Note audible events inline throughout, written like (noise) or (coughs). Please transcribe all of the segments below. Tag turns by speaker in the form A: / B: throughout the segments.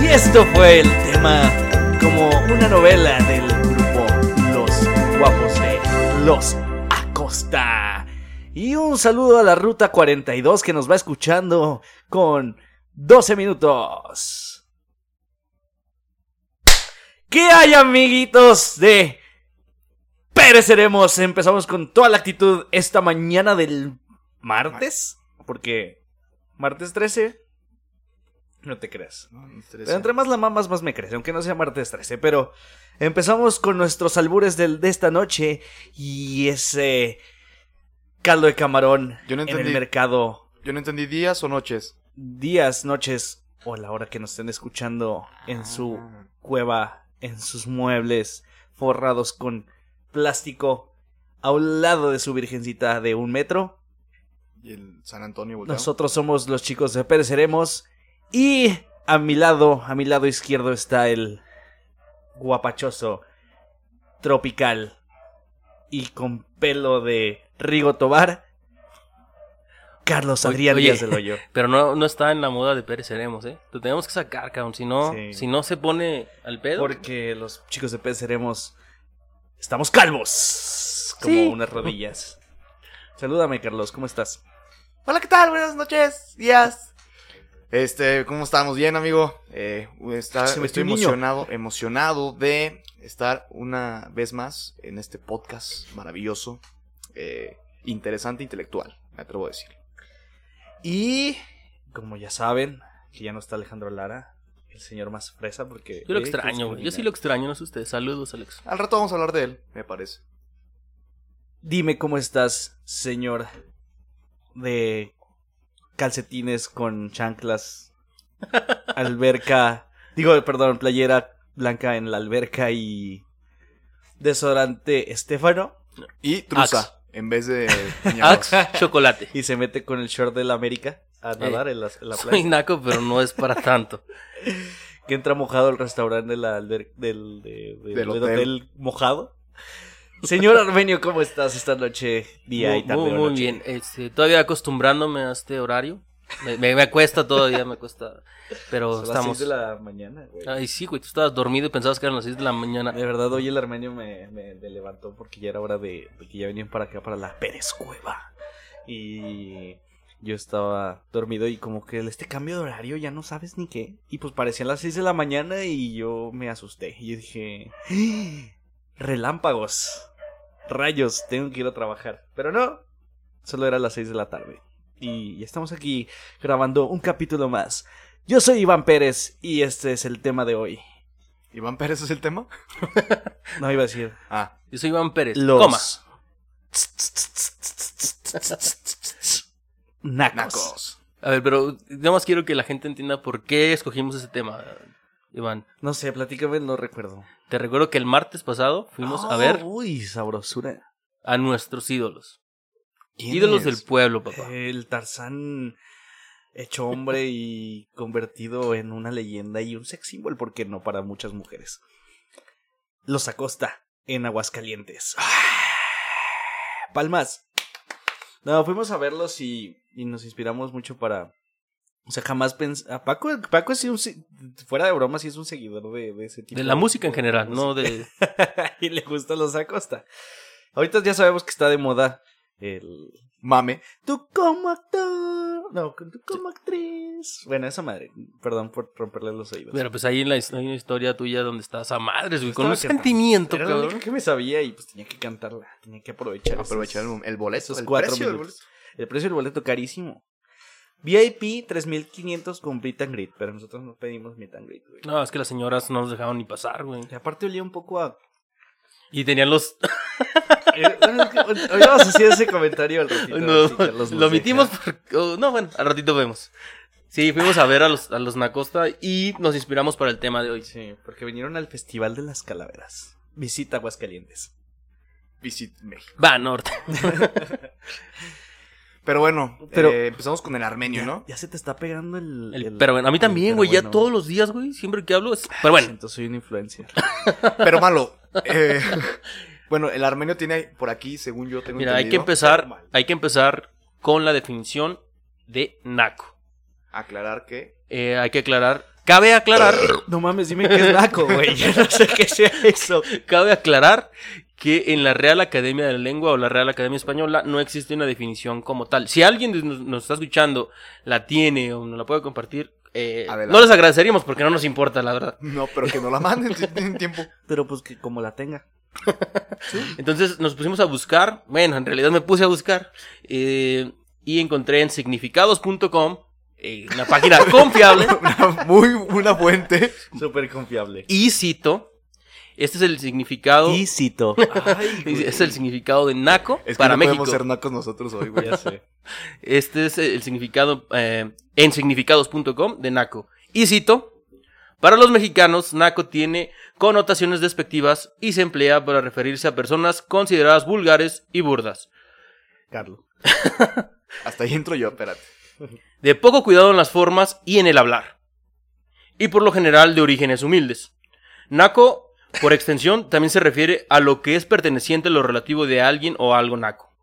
A: Y esto fue el tema como una novela del grupo Los Guapos de Los Acosta. Y un saludo a la Ruta 42 que nos va escuchando con 12 minutos. ¿Qué hay amiguitos de Pereceremos? Empezamos con toda la actitud esta mañana del martes. Porque martes 13. No te creas.
B: No, no
A: Pero
B: interesa.
A: entre más la mamas, más me crece, aunque no sea martes 13. Pero empezamos con nuestros albures del, de esta noche y ese caldo de camarón
B: Yo no
A: en el
B: entendí.
A: mercado
B: Yo no entendí días o noches.
A: días, noches o a la hora que nos estén escuchando en su
B: Ah.
A: cueva, en sus muebles, forrados con plástico, a un lado de su virgencita de un metro.
B: Y el San Antonio volteado.
A: Nosotros somos los chicos de Pereceremos. Y a mi lado, a mi lado izquierdo está el guapachoso, tropical y con pelo de Rigo Tobar, Carlos
C: Oye,
A: Adrián
C: oye.
A: Díaz del
C: (laughs)
A: Hoyo.
C: Pero no, no está en la moda de pereceremos, ¿eh? Lo tenemos que sacar, cabrón. Si no,
A: Sí.
C: si no se pone al pedo.
A: Porque los chicos de Pereceremos estamos calvos, como
C: Sí.
A: unas rodillas. Salúdame, Carlos, ¿cómo estás?
B: Hola, ¿qué tal? Buenas noches, días. Este, ¿cómo estamos? Bien, amigo. Eh, está-
A: Se metió
B: estoy
A: un niño.
B: emocionado, emocionado de estar una vez más en este podcast maravilloso, eh, interesante, intelectual, me atrevo a decir.
A: Y como ya saben, que ya no está Alejandro Lara, el señor más fresa, porque.
C: Yo lo
A: eh,
C: extraño,
A: pues,
C: güey. Yo sí lo extraño, no sé ustedes. Saludos, Alex.
B: Al rato vamos a hablar de él, me parece.
A: Dime cómo estás, señor de calcetines con
C: (laughs)
A: chanclas, alberca. Digo, perdón, playera blanca en la alberca y. Desodorante Estefano.
B: Y Trusa, en vez de Piñados.
A: (laughs)
C: Axe, chocolate.
A: Y se mete con el short de la América a nadar en la, en la
C: Eh, Soy
A: playa.
C: naco, pero no es para tanto.
A: Que entra mojado al restaurante de la alber- del, de- de-
B: Del
A: del hotel.
B: hotel.
A: mojado. Señor Armenio, ¿cómo estás esta noche, día (laughs)
C: muy,
A: y tarde?
C: muy,
A: o
C: muy
A: noche?
C: bien. Este, todavía acostumbrándome a este horario. Me, me, me cuesta todavía, me cuesta. Pero
A: Son las
C: estamos.
A: seis de la mañana, güey.
C: Ay, sí, güey. Tú estabas dormido y pensabas que eran las 6 de la
A: (laughs)
C: mañana.
A: De verdad, hoy el armenio me, me- me levantó porque ya era hora de, de que ya venían para acá, para la Pérez Cueva. Y yo estaba dormido y como que este cambio de horario ya no sabes ni qué. Y pues parecían las 6 de la mañana y yo me asusté. Y yo dije, (gasps) "¡Ah! relámpagos, rayos, tengo que ir a trabajar. Pero no, solo era las 6 de la tarde. Y ya estamos aquí grabando un capítulo más. Yo soy Iván Pérez y este es el tema de hoy.
B: ¿Iván Pérez es el tema?
A: No iba a decir
B: Ah,
C: Yo soy Iván Pérez.
A: los
C: Coma.
A: nacos.
B: nacos.
C: A ver, pero nada más quiero que la gente entienda por qué escogimos ese tema, Iván.
A: No sé, platícame, no recuerdo.
C: Te recuerdo que el martes pasado fuimos a
A: Oh,
C: ver
A: Uy, sabrosura.
C: a nuestros ídolos.
B: ¿Quién
C: ídolos
B: es?
C: del pueblo, papá.
A: El Tarzán hecho hombre y convertido en una leyenda y un sex symbol, porque no para muchas mujeres. Los acosta en Aguascalientes.
C: Ah.
A: Palmas. No, fuimos a verlos y, y nos inspiramos mucho para. O sea, jamás pensé. Paco, Paco es un. se- Fuera de broma, sí es un seguidor de, de ese tipo
C: De la música en general, no de...
A: (laughs)
C: (laughs)
A: y le gustan los acosta. Ahorita ya sabemos que está de moda el.
B: Mame.
A: Tú como actor. No, tú como actriz. Bueno, esa madre. Perdón por romperle los oídos.
C: Pero pues ahí en la his- hay una historia tuya donde estás a madres, güey, con
A: Estaba
C: un
A: cantando.
C: sentimiento,
A: Era la única
C: cabrón.
A: que me sabía y pues tenía que cantarla. Tenía que aprovechar. esos-
B: Aprovechar el, el boleto,
A: esos
B: el
A: cuatro
B: precio del
A: minutos. El precio del boleto carísimo. VIP 3500 con meet and greet, pero nosotros no pedimos meet and greet, güey.
C: No, es que las señoras no nos dejaban ni pasar, güey.
A: Y aparte olía un poco a... eh,
C: Y tenían los...
A: Hoy vamos a hacer ese comentario al
C: (laughs)
A: ratito.
C: no,
A: así que los
C: lo omitimos
A: deja.
C: porque- oh, no, bueno, al ratito vemos. Sí, fuimos a ver a los, a los Nacosta y nos inspiramos para el tema de hoy.
A: Sí, porque vinieron al Festival de las Calaveras. Visita Aguascalientes.
B: boleto. Visit México.
C: Va, Norte.
B: Pero bueno,
A: Pero-
B: eh, empezamos con el armenio, ¿no?
A: Ya se te está pegando el.
C: El-
A: el-
C: pero bueno, a mí
A: el
C: también,
A: pero
C: güey, ya
A: bueno.
C: todos los días, güey, siempre que hablo es... Pero bueno,
A: Siento, soy un influencer. (laughs)
B: Pero malo. Eh, bueno, el armenio tiene por aquí, según yo tengo
C: mira, hay que
B: entendido,
C: empezar, hay que empezar con la definición de naco.
B: aclarar que
C: Eh, hay que aclarar Cabe
B: (laughs)
C: aclarar,
A: No mames, dime que es naco, güey. Yo no sé qué sea eso.
C: cabe aclarar que en la Real Academia de la Lengua o la Real Academia Española no existe una definición como tal. Si alguien de- nos, nos está escuchando la tiene o nos la puede compartir, eh,
B: Adelante.
C: no les agradeceríamos porque no nos importa, la verdad.
B: No, pero que no la manden si tienen tiempo.
A: Pero pues que como la tenga.
C: Entonces nos pusimos a buscar, bueno, en realidad me puse a buscar eh, y encontré en significados.com eh,
B: (laughs)
C: una página confiable
B: Una muy buena fuente.
A: Súper confiable.
C: y cito, este es el significado, (laughs)
A: Tícito. Ay, güey.
C: es el significado de Naco
B: Es que
C: para
B: no
C: México.
B: podemos ser nacos nosotros hoy, güey.
A: Ya sé.
C: Este es el significado eh, en significados.com de Naco. Y cito, para los mexicanos, Naco tiene connotaciones despectivas y se emplea para referirse a personas consideradas vulgares y burdas.
A: Carlos.
B: Hasta ahí entro yo, espérate.
C: de poco cuidado en las formas y en el hablar, y por lo general de orígenes humildes. Naco, por extensión, también se refiere a lo que es perteneciente a lo relativo de alguien o algo naco.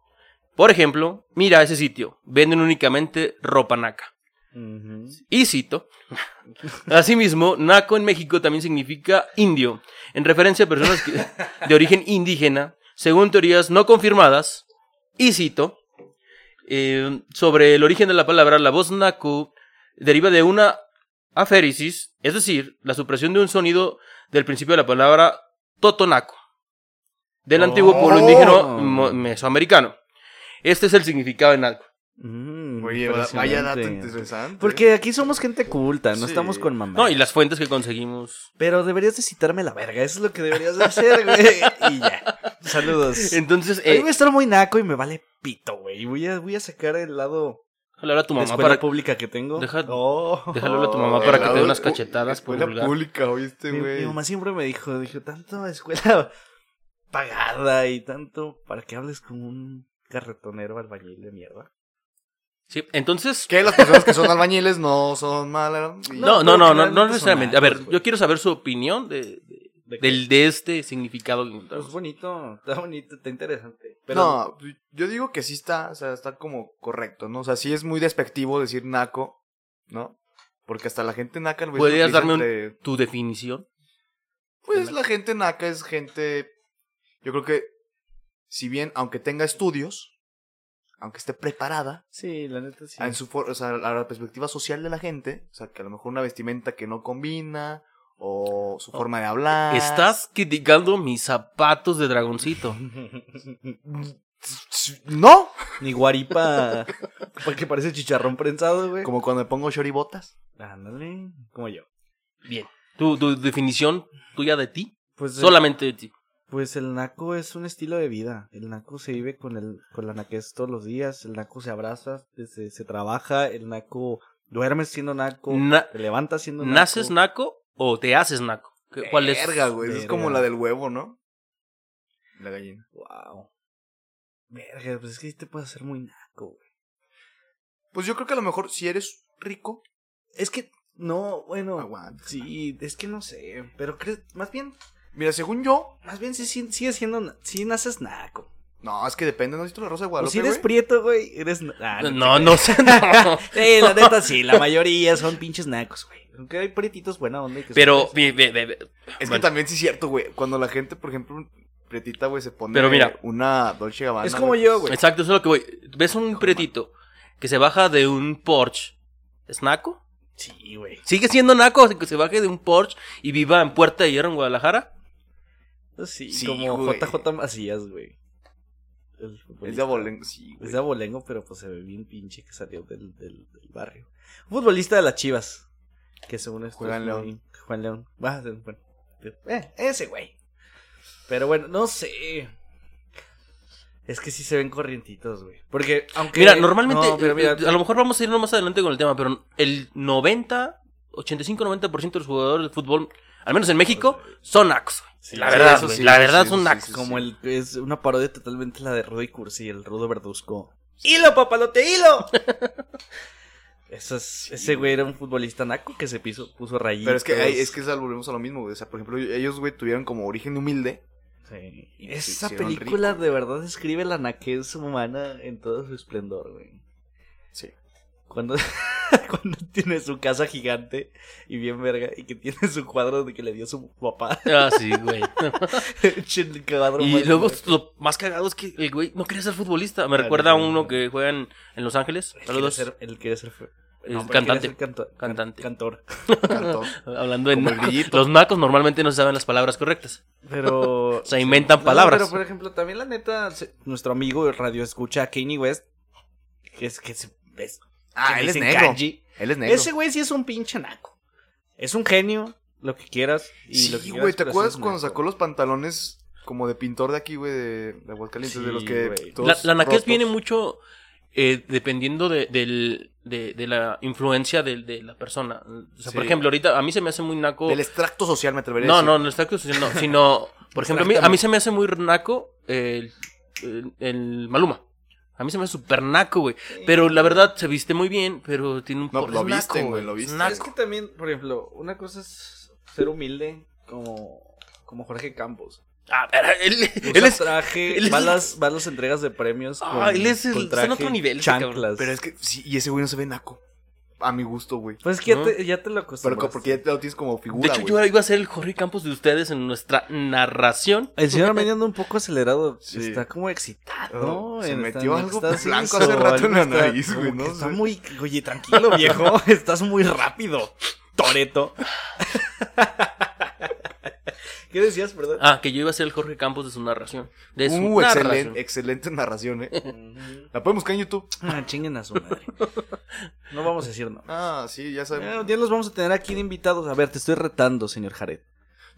C: Por ejemplo, mira ese sitio, venden únicamente ropa naca.
A: Ujú.
C: Y cito. Asimismo, naco en México también significa indio, en referencia a personas que- de origen indígena, según teorías no confirmadas. Y cito. eh, sobre el origen de la palabra, la voz naco deriva de una aféresis, es decir, la supresión de un sonido del principio de la palabra totonaco, del antiguo
A: Oh.
C: pueblo indígena mo- mesoamericano. Este es el significado en naco.
A: Mm,
B: Oye, va- vaya dato
A: impresionante.
B: interesante.
A: Porque aquí somos gente culta, no
B: Sí.
A: estamos con mamá.
C: No, y las fuentes que conseguimos.
A: Pero deberías de citarme la verga, eso es lo que deberías de hacer,
C: (laughs)
A: güey. Y ya. Saludos.
C: Entonces,
A: A mí
C: eh,
A: voy a estar muy naco y me vale pito, güey. Voy a, voy a sacar el lado
C: Déjale hablar a tu
A: de
C: mamá
A: escuela
C: para,
A: pública que tengo.
C: Deja-
A: Oh.
C: déjale hablar a tu mamá para que te dé unas cachetadas por
B: Escuela
C: vulgar.
B: pública, oíste,
A: Mi, mi
B: este, güey.
A: mamá siempre me dijo, dijo, tanto escuela (laughs) pagada y tanto para que hables como un carretonero albañil de mierda.
C: Sí, entonces,
B: Que las personas que son albañiles no son malas. y-
C: no,
A: No, pero
C: no, no, no, no
A: generalmente
C: necesariamente. A
A: son
C: ver,
A: altos, güey.
C: yo quiero saber su opinión de, de-
A: ¿De qué?
C: del de este significado. que
A: Pues
C: encontramos.
A: bonito, está bonito, está interesante. Pero
B: No, yo digo que sí está, o sea, está como correcto, ¿no? O sea, sí es muy despectivo decir naco, ¿no? Porque hasta la gente naca... güey,
C: ¿Podrías
B: utiliza
C: darme un-
B: entre-
C: Tu definición.
B: Pues la gente naca es gente... Yo creo que, si bien, aunque tenga estudios, aunque esté preparada,
A: sí, la neta sí.
B: Ah, en su for- o sea, a la perspectiva social de la gente, o sea, que a lo mejor una vestimenta que no combina o su forma de hablar.
C: Estás criticando mis zapatos de dragoncito.
B: No,
A: (laughs) Ni guaripa, porque parece chicharrón prensado, güey.
B: como cuando me pongo short y botas.
A: Ándale, como yo.
C: Bien. Tu, tu definición tuya de ti.
A: Pues, eh,
C: Solamente de ti.
A: Pues el naco es un estilo de vida. El naco se vive con el con la naquez todos los días. El naco se abraza, se, se trabaja. El naco duerme siendo naco.
C: Na-
A: te levantas siendo naco.
C: ¿Naces naco o te haces naco? ¿Qué- ¿Cuál es?
B: Verga, güey. esa Es
A: Verga.
B: como la del huevo, ¿no? La gallina.
A: Wow. Verga, pues es que sí te puedes hacer muy naco, güey.
B: Pues yo creo que a lo mejor si eres rico,
A: Es que, no, bueno.
B: aguanta.
A: Sí, es que no sé. Pero cre- más bien,
B: Mira, según yo,
A: más bien sí, sí- sigue siendo, na- sí naces naco.
B: no, es que depende, ¿no has visto la rosa de
A: O
B: Guadalupe?
A: si eres
B: güey?
A: prieto, güey, eres... na- Ah,
C: No, no sé. no.
A: Sí, la neta sí, la mayoría son pinches nacos, güey. Aunque hay prietitos buena onda. y que son
C: Pero,
A: fresas.
C: ve- ve- ve- ve-
B: Es que
C: Bueno.
B: también sí es cierto, güey. Cuando la gente, por ejemplo, pretita, güey, se pone
C: Pero mira.
B: una Dolce Gabbana. pues,
A: Es como yo, güey.
C: Exacto, eso es lo que voy. ¿Ves un pretito que se baja de un Porsche? ¿Es naco?
A: Sí, güey.
C: ¿Sigue siendo naco que se baje de un Porsche y viva en Puerta de Hierro en Guadalajara?
A: Sí,
B: Sí,
A: como
B: güey.
A: JJ Macías, güey. El futbolista.
B: Es de abolengo, sí, güey.
A: Es de abolengo, pero pues se ve bien pinche que salió del, del, del barrio. Futbolista de las Chivas. Que según esto
B: Juan
A: es
B: León.
A: muy- Juan León. Va, de- bueno. de- eh, ese güey. Pero bueno, no sé. Es que sí se ven corrientitos, güey. Porque, aunque.
C: Mira, normalmente,
A: No, pero mira,
C: eh, a lo mejor vamos a irnos más adelante con el tema, pero el 90, 85-90% de los jugadores de fútbol, al menos en México, son nacos. güey.
A: Sí,
C: la
A: sí,
C: verdad,
A: eso
C: güey,
A: sí,
C: la verdad
B: sí,
C: son
B: sí,
C: nacos.
B: sí, sí.
A: Como el, es una parodia totalmente la de Rudo y Cursi, el Rudo Verduzco. ¡Hilo, papalote,
B: (laughs)
A: hilo! Eso es- ese güey era un futbolista naco que se piso- puso rayitos.
B: Pero es que, ahí- es que esa- volvemos a lo mismo, güey. O sea, por ejemplo, ellos, güey, tuvieron como origen humilde.
C: (laughs)
A: Sí.
B: Y
A: Esa
B: se hicieron
A: película de verdad describe la naquez humana en todo su esplendor, güey.
B: Sí.
A: Cuando... (laughs) cuando tiene su casa gigante y bien verga y que tiene su cuadro de que le dio su papá. (laughs)
C: Ah, sí, (laughs) güey.
A: El cuadro
C: Y
A: más-
C: luego lo más cagado es que el güey no quería ser futbolista. Me
A: Ah,
C: recuerda a
A: no.
C: uno que juega en, en Los Ángeles.
A: Él quiere
C: Saludos.
A: ser, él quiere ser fe-
C: Es
A: no, pero él quiere
C: cantante.
A: ser canto- can-
C: Cantante.
A: Cantor.
B: Cantó.
C: Hablando en
B: Como el grillito.
C: (laughs) Los nacos normalmente no se saben las palabras correctas.
A: Pero.
C: (laughs) Se inventan
A: No,
C: palabras.
A: Pero por ejemplo, también la neta, se- nuestro amigo el radio escucha Kanye West. Que es que se. es- que
B: Ah, él es
A: dicen
B: negro.
A: Kanji.
B: Él es negro.
A: Ese güey sí es un pinche naco. Es un genio, lo que quieras. Y lo que
B: Sí,
A: quieras,
B: güey, ¿te
A: pero sí
B: acuerdas
A: es
B: cuando
A: naco.
B: sacó los pantalones como de pintor de aquí, güey, de, de Aguascalientes, de los
A: Sí,
B: que
A: güey.
B: todos
C: la la naquez
B: rotos?
C: viene mucho eh, dependiendo de, del- de- de la influencia de, de la persona. O sea, por
B: Sí.
C: ejemplo, ahorita a mí se me hace muy naco.
B: Del extracto social, me atrevería a
C: No,
B: decir.
C: no, no está social, no, sino, por ejemplo, a mí, a mí se me hace muy naco el, el- el Maluma. A mí se me hace súper naco, güey. Pero la verdad, se viste muy bien, pero tiene un
B: No,
C: por-
B: lo
C: es
B: viste,
C: naco,
B: güey, lo viste.
C: es
A: Es
C: naco.
A: que también, por ejemplo, una cosa es ser humilde como, como Jorge Campos.
C: Ah, pero él,
A: Usa
C: él es...
A: traje,
C: él es-
A: va, a las, va a las entregas de premios.
C: Ah, él es el- está en otro nivel ese cabrón.
A: chanclas.
B: Pero es que, sí, y ese güey no se ve naco. A mi gusto, güey.
A: Pues es que
C: ¿No?
A: ya, te, ya te lo
B: Pero
A: acostumbras.
B: co- porque ya te lo tienes como
C: De
B: figura,
C: hecho,
B: güey.
C: yo iba a ser el Jorge Campos de ustedes en nuestra narración.
A: El señor Armenia anda un poco acelerado.
B: Sí.
A: Está como excitado.
B: Oh, se
A: en-
B: metió
A: en
B: algo
A: éxtasis
B: blanco hace
A: o
B: rato en la
A: algo está-
B: nariz, güey,
A: como que
B: no
A: Está
B: sé.
A: muy. Oye,
B: (laughs)
A: tranquilo, viejo. estás muy rápido, Toreto. ¿Qué decías, perdón?
C: Ah, que yo iba a ser el Jorge Campos de su narración. De su
B: Uh,
C: narración.
B: excelente, excelente narración, eh. La pueden buscar en YouTube.
A: mm, Ah, chinguen a su madre. No vamos a decir no.
B: Ah, sí, ya
A: Eh,
B: sabemos.
A: Ya los vamos a tener aquí de invitados. A ver, te estoy retando, señor Jared.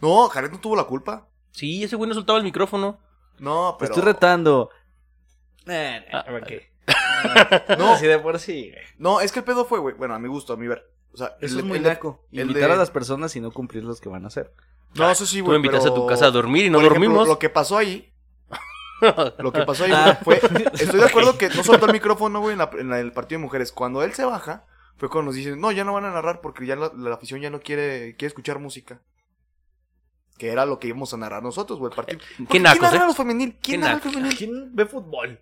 B: No, Jared no tuvo la culpa.
C: Sí, ese güey no soltaba el micrófono.
B: No,
A: Te
B: pero.
A: estoy retando. Eh,
C: Ah,
A: ¿para qué?
B: No.
A: (laughs) No, si de por sí. güey.
B: No, es que el pedo fue, güey. Bueno, a mi gusto, a mi ver. O sea,
A: Eso
B: el-
A: es muy
B: el-
A: naco.
B: el
A: Invitar
B: de-
A: a las personas y no cumplir los que van a hacer.
B: No, eso sí,
C: Tú me
B: güey.
C: invitas
B: pero-
C: a tu casa a dormir y no
B: por ejemplo,
C: dormimos.
B: Lo que pasó
C: (laughs)
B: ahí. Lo que pasó ahí güey, fue. Estoy de acuerdo que no soltó
C: (laughs)
B: el micrófono, güey, en, la- en la- el partido de mujeres. Cuando él se baja, fue cuando nos dicen, no, ya no van a narrar porque ya la, la afición ya no quiere, quiere escuchar música. Que era lo que íbamos a narrar nosotros, güey, el partido.
C: Qué
B: Porque
C: nacos,
B: ¿Quién narra
C: ¿eh?
B: lo femenil?
C: Qué
B: ¿Quién
A: Ah,
B: narra lo
C: nacos.
B: femenil?
A: ¿Quién ve fútbol?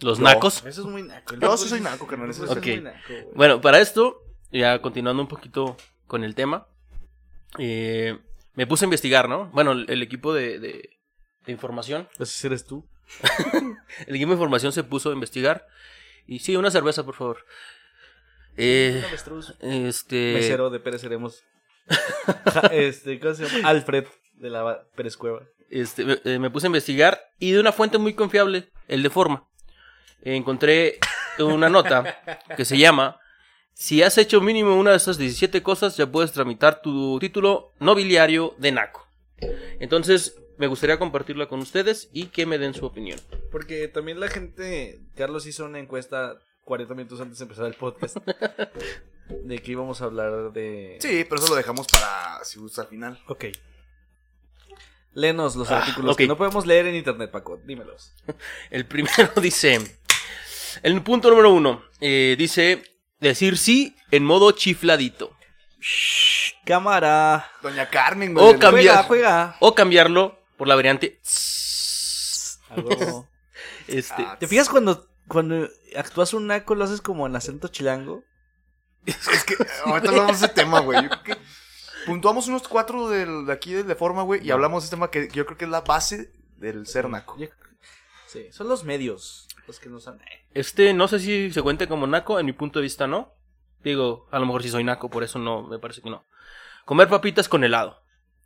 C: Los
B: No.
C: nacos.
A: Eso es muy naco. El
B: Yo sí
A: fútbol
B: soy
A: es-
B: naco, carnal,
A: el
B: eso
A: fútbol
C: sí.
A: es
C: Ok.
A: muy naco, güey.
C: Bueno, para esto, ya continuando un poquito con el tema, eh, me puse a investigar, ¿no? Bueno, el, el equipo de, de- de información,
A: Eso sí eres tú.
C: el equipo de información se puso a investigar. Y sí, una cerveza, por favor. Eh,
A: Un avestruz.
C: este...
A: Mesero de Pérez Heremos. Ja, este, ¿cómo se llama? Alfred de la Va- Pérez Cueva.
C: este, me, eh, me puse a investigar y de una fuente muy confiable, el de forma, eh, encontré una nota que se llama, si has hecho mínimo una de estas 17 cosas, ya puedes tramitar tu título nobiliario de Naco. Entonces, me gustaría compartirla con ustedes y que me den su opinión.
A: Porque también la gente, Carlos hizo una encuesta 40 minutos antes de empezar el (laughs) podcast. de que íbamos a hablar de...
B: Sí, pero eso lo dejamos para si gusta al final.
A: Ok. Léenos los
C: Ah,
A: artículos
C: ok.
A: que no podemos leer en internet, Paco. Dímelos.
C: El primero (laughs) dice, el punto número uno, eh, dice decir sí en modo chifladito
A: Cámara.
B: Doña Carmen,
C: Oh,
B: de-
C: cam- Cambiar.
A: Juega,
C: o cambiarlo por la variante...
A: juega.
C: Este,
B: Ah,
A: ¿Te fijas cuando, cuando actúas un naco lo haces como en acento chilango?
B: Es que eh, ahorita hablamos de ese tema, güey. Yo creo que puntuamos unos cuatro del- de aquí de, de forma, güey, y hablamos de ese tema que yo creo que es la base del ser naco.
A: Yo- Sí, son los medios los que nos han... eh.
C: Este, no sé si se cuente como naco, en mi punto de vista no. Digo, a lo mejor sí soy naco, por eso no, me parece que no. Comer papitas con helado.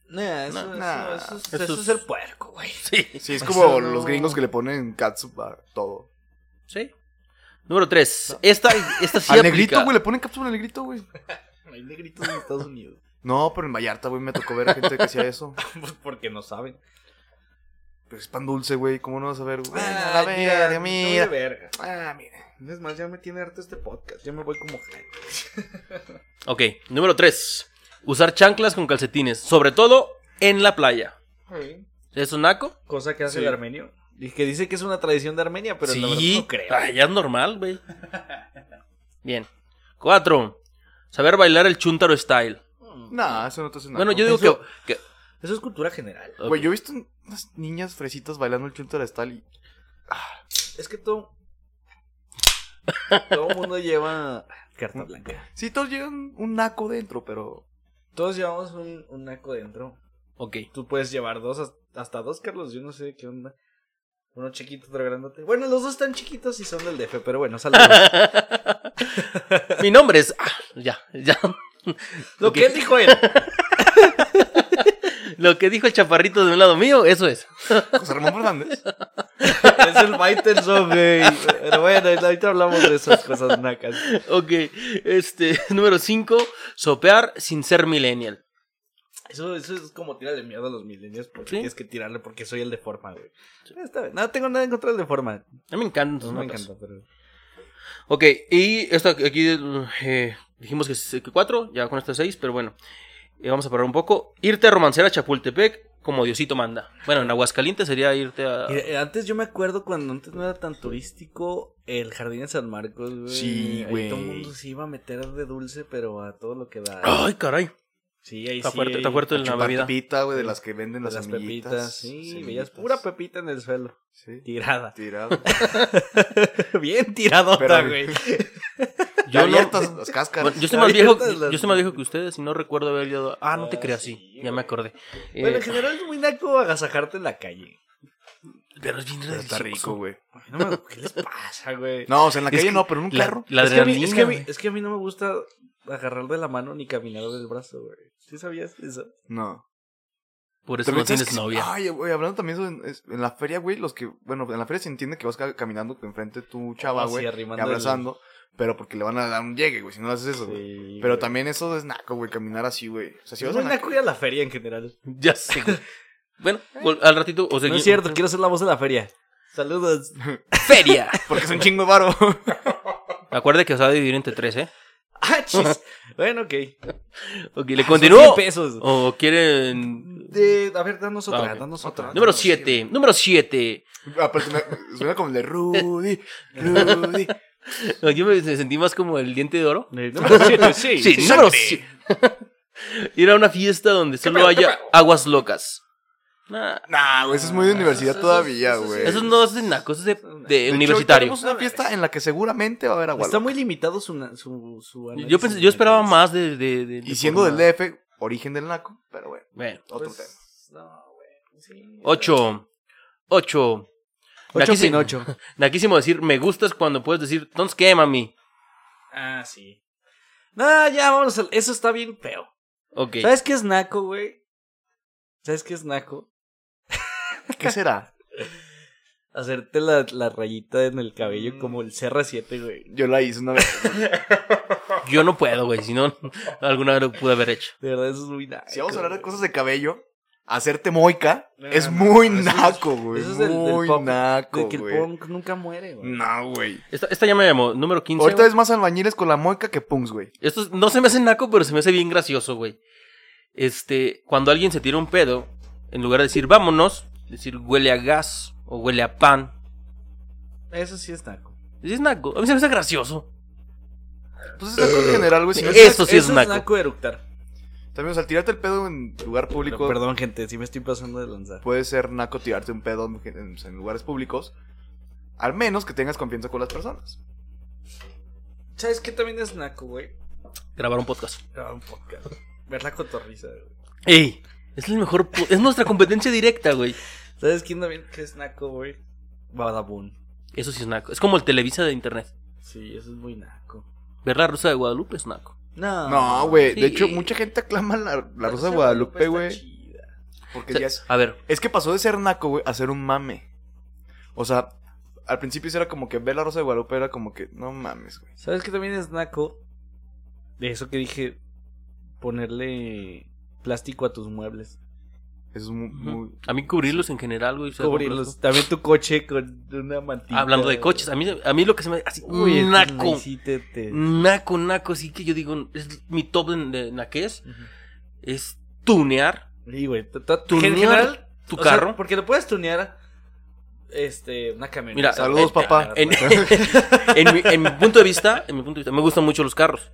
A: Nah, eso,
B: No, nah.
A: eso- eso es-
C: Eso
A: eso
C: es-
A: es ser puerco, (laughs) güey.
C: Sí,
B: (laughs) Sí, es
A: Eso
B: como
A: no.
B: los gringos que le ponen catsup a todo.
C: sí. Número 3. Esta, esta sí
B: al
C: aplica.
B: negrito, güey, le ponen cápsula al negrito, güey.
A: Hay negritos en Estados Unidos.
B: No, pero en Vallarta, güey, me tocó ver a gente que hacía eso.
A: (laughs) Pues porque no saben.
B: Pero es pan dulce, güey, ¿cómo no vas a ver? güey?
A: Ah,
B: a la
A: mira.
B: verga, mira.
A: no me verga.
B: Ah, mira.
A: Es más, ya me tiene harto este podcast. Yo me voy como gente.
C: Ok, número 3. Usar chanclas con calcetines, sobre todo en la playa. ¿Eso es naco?
A: Cosa que hace
B: Sí.
A: el armenio. Y que dice que es una tradición de Armenia, pero la verdad no creo.
C: Ay, ya es normal, güey. Bien. 4. Saber bailar el chuntaro style.
B: No, eso no te hace nada.
C: Bueno, yo digo
A: Eso-
C: que... que-
A: Eso es cultura general.
B: Güey, yo he visto unas niñas fresitas bailando el chunto de la Stali.
A: Es que todo. Todo el mundo lleva. Carta blanca.
B: Sí, todos llevan un naco dentro, pero.
A: Todos llevamos un, un naco dentro.
C: Ok.
A: Tú puedes llevar dos, has- hasta dos, Carlos. Yo no sé qué onda. Uno chiquito, otro grandote. Bueno, los dos están chiquitos y son del DF, pero bueno, (laughs) saludos.
C: Mi nombre es. ah, ya, ya.
A: Lo
C: Ok.
A: que él dijo él.
C: Lo que dijo el chaparrito de un lado mío, eso es.
B: José Ramón Fernández.
A: es el Faitelson, güey. Pero bueno, ahorita hablamos de esas cosas nacas.
C: Ok. Este, (laughs) número 5. Sopear sin ser millennial.
A: Eso, eso es como tirarle miedo a los milenios porque
C: Sí.
A: tienes que tirarle porque soy el de forma, güey. Está bien, No tengo nada en contra del de forma.
C: A mí me encantan tus
A: No pues. me
C: mapas.
A: encanta, pero.
C: Ok, y esto aquí eh, dijimos que es- que cuatro, ya con esto es seis, pero bueno. Eh, vamos a parar un poco. Irte a romancear a Chapultepec como Diosito manda. Bueno, en Aguascalientes sería irte a...
A: Mira,
B: Ah.
A: eh, antes yo me acuerdo cuando antes no era tan turístico el jardín de San Marcos, güey.
B: Sí,
A: Ahí
B: güey.
A: todo el mundo se iba a meter de dulce, pero a todo lo que da.
C: Ay, caray.
A: (laughs) Sí, ahí
C: Está
A: sí.
C: fuerte,
A: ahí-
C: está fuerte la
B: Chupar
C: bebida.
B: pepita, güey, de las que venden
A: de
B: las,
A: las
B: semillitas.
A: pepitas, sí,
B: semillitas.
A: veías pura pepita en el suelo, (laughs)
B: Sí. (laughs)
A: tirada.
B: Tirado.
A: Bien tiradota,
B: Pero-
A: güey.
B: (laughs) Yo
C: Yo no-
B: abiertas las cáscaras.
C: Bueno, yo estoy más
A: Ahorita
C: viejo,
A: las-
C: yo estoy más viejo que ustedes y no recuerdo haber ido... Ah, no te
A: Ah,
C: creas,
A: sí,
C: sí,
A: güey.
C: ya me acordé. Eh,
A: Bueno, en general es muy naco agasajarte en la calle.
C: pero es bien
B: Pero está
C: delicioso.
B: rico, güey.
A: Ay, no me- ¿Qué les pasa, güey?
B: No, o sea, en la
C: Es
B: calle
C: que
B: no, pero en un
C: la-
B: carro.
C: La
A: es, que a mí,
C: adrenalina.
A: es, que a mí,
C: güey.
A: es que a mí no me gusta agarrar de la mano ni caminar del brazo, güey. ¿Sí sabías eso?
B: No.
C: Por eso no
B: También sabes
C: tienes
B: que-
C: novia.
B: Ay, güey, hablando también eso en, es- en la feria, güey, los que, bueno, en la feria se entiende que vas ca- caminando enfrente de tu chava,
A: Ah, sí,
B: güey, y
A: arrimando el-
B: abrazando, pero porque le van a dar un llegue, güey, si no haces eso, güey.
A: Sí,
B: Pero
A: güey.
B: también eso es naco, güey, caminar así, güey. O sea, si
A: Es
B: vas
A: muy
B: a naco,
A: naco ir a la feria en general.
C: (laughs) Ya sé. güey. Bueno, (laughs) vol- al ratito... O sea,
A: No es cierto, quiero ser la voz de la feria. Saludos.
C: (laughs) ¡Feria!
B: porque es un chingo de varo. (laughs)
C: Acuérdate que os va a dividir entre tres, ¿eh?
A: (laughs) Ah, chis. bueno, ok.
C: Ok, (laughs) le
A: Son 100
C: continúo.
A: pesos.
C: ¿O quieren...?
A: De, a ver, danos otra,
C: Ah, ok.
A: danos otra.
C: Número
A: (laughs) danos
C: 7. Número 7.
B: Aparte, me- suena como el de Rudy, Rudy.
C: (laughs) Yo me me sentí más como el diente de oro.
A: siete. Eh, Número 7, sí.
C: Sí, número 7. (laughs) Ir a una fiesta donde solo haya aguas locas. Nah,
B: Nah, güey, eso es muy de universidad
A: eso-
B: todavía,
A: eso-
B: güey.
A: eso
C: eso no es de naco, eso es de, de
B: De hecho,
C: universitario.
B: Tenemos una fiesta en la que seguramente va a haber agua.
A: Está
B: loca.
A: muy limitado su, na- su, su análisis
C: Yo, pensé- yo esperaba
A: de-
C: más de... de- de- de
B: Y siendo del
C: forma-
B: DF, origen del naco, pero bueno,
C: Bueno.
B: otro
A: Pues,
B: tema.
A: No, güey. pues Sí.
C: 8. 8.
A: Ocho
C: (laughs)
A: Pinocho.
C: Naquísimo decir, me gustas cuando puedes decir, entonces qué, mami.
A: Ah, sí. No, ya, vámonos. al- Eso está bien feo.
C: Ok.
B: ¿Eh?
A: ¿Sabes qué es naco, güey? ¿Sabes qué es naco? (laughs)
B: ¿Qué será?
A: Hacerte la, la rayita en el
C: Mm.
A: cabello como el CR7, güey.
B: Yo la hice una vez.
C: Yo no puedo, güey, si no, (laughs) alguna vez lo pude haber hecho.
A: De verdad, eso es muy naco.
B: Si vamos a hablar de
A: güey.
B: cosas de cabello, hacerte moica
A: No,
B: es
A: no,
B: muy
A: no, eso es-
B: naco, güey.
A: Eso es del, del
B: muy
A: punk,
B: naco,
A: De que el
B: güey.
A: punk nunca muere, güey.
B: No, güey.
C: Esta, esta ya me llamó, número 15.
B: Ahorita
C: güey.
B: es más albañiles con la moica que punks, güey.
C: Esto no se me hace naco, pero se me hace bien gracioso, güey. Este, cuando alguien se tira un pedo, en lugar de decir vámonos, decir huele a gas o huele a pan.
A: Eso sí es naco.
C: Es naco, a mí se me hace gracioso.
B: Pues es naco en general, güey. Si
A: (laughs)
B: no es-
C: Eso sí es
A: Eso
C: naco.
A: eructar.
B: También, o sea, tirarte el pedo en lugar público.
A: Perdón, gente, si me estoy pasando de lanzar.
B: Puede ser naco tirarte un pedo en, en- en lugares públicos. Al menos que tengas confianza con las personas.
A: ¿Sabes qué también es naco, güey?
C: Grabar un podcast.
A: Grabar un podcast. Ver la cotorriza, güey.
C: Ey, es el mejor, po- es nuestra competencia directa, güey.
A: ¿Sabes quién también que es naco, güey? Badabun.
C: Eso sí es naco. Es como el Televisa de internet.
A: Sí, eso es muy naco.
C: Ver la Rosa de Guadalupe es naco.
A: No.
B: No, güey.
C: sí.
B: De hecho, mucha gente aclama la, la Rosa de
A: Esa
B: Guadalupe,
A: está
B: güey.
A: chida.
B: Porque
C: O sea,
B: ya es.
C: A ver,
B: Es que pasó de ser naco, güey, a ser un mame. O sea, al principio sí era como que ver la Rosa de Guadalupe era como que, no mames, güey.
A: ¿Sabes qué también es naco? De eso que dije, ponerle plástico a tus muebles.
B: Eso es muy. muy-
C: a mí cubrirlos en general, güey. o sea,
A: Cubrirlos. También tu coche con una mantita.
C: Hablando de coches, a mí, a mí lo que se me hace así,
A: Uy, es este. que
C: naco.
A: ahí sí te- te-
B: Mm.
C: Naco, naco, sí que yo digo, es mi top de, de naquez,
A: Ujú.
C: es tunear,
A: Sí, güey. ta- ta-
C: tunear
A: en general,
C: tu
A: o sea,
C: carro.
A: porque le puedes tunear este, una camioneta.
C: Mira,
B: Saludos,
C: eh,
B: papá. (laughs)
C: en, (laughs) en mi, en mi punto de vista, en mi punto de vista, me gustan mucho los carros.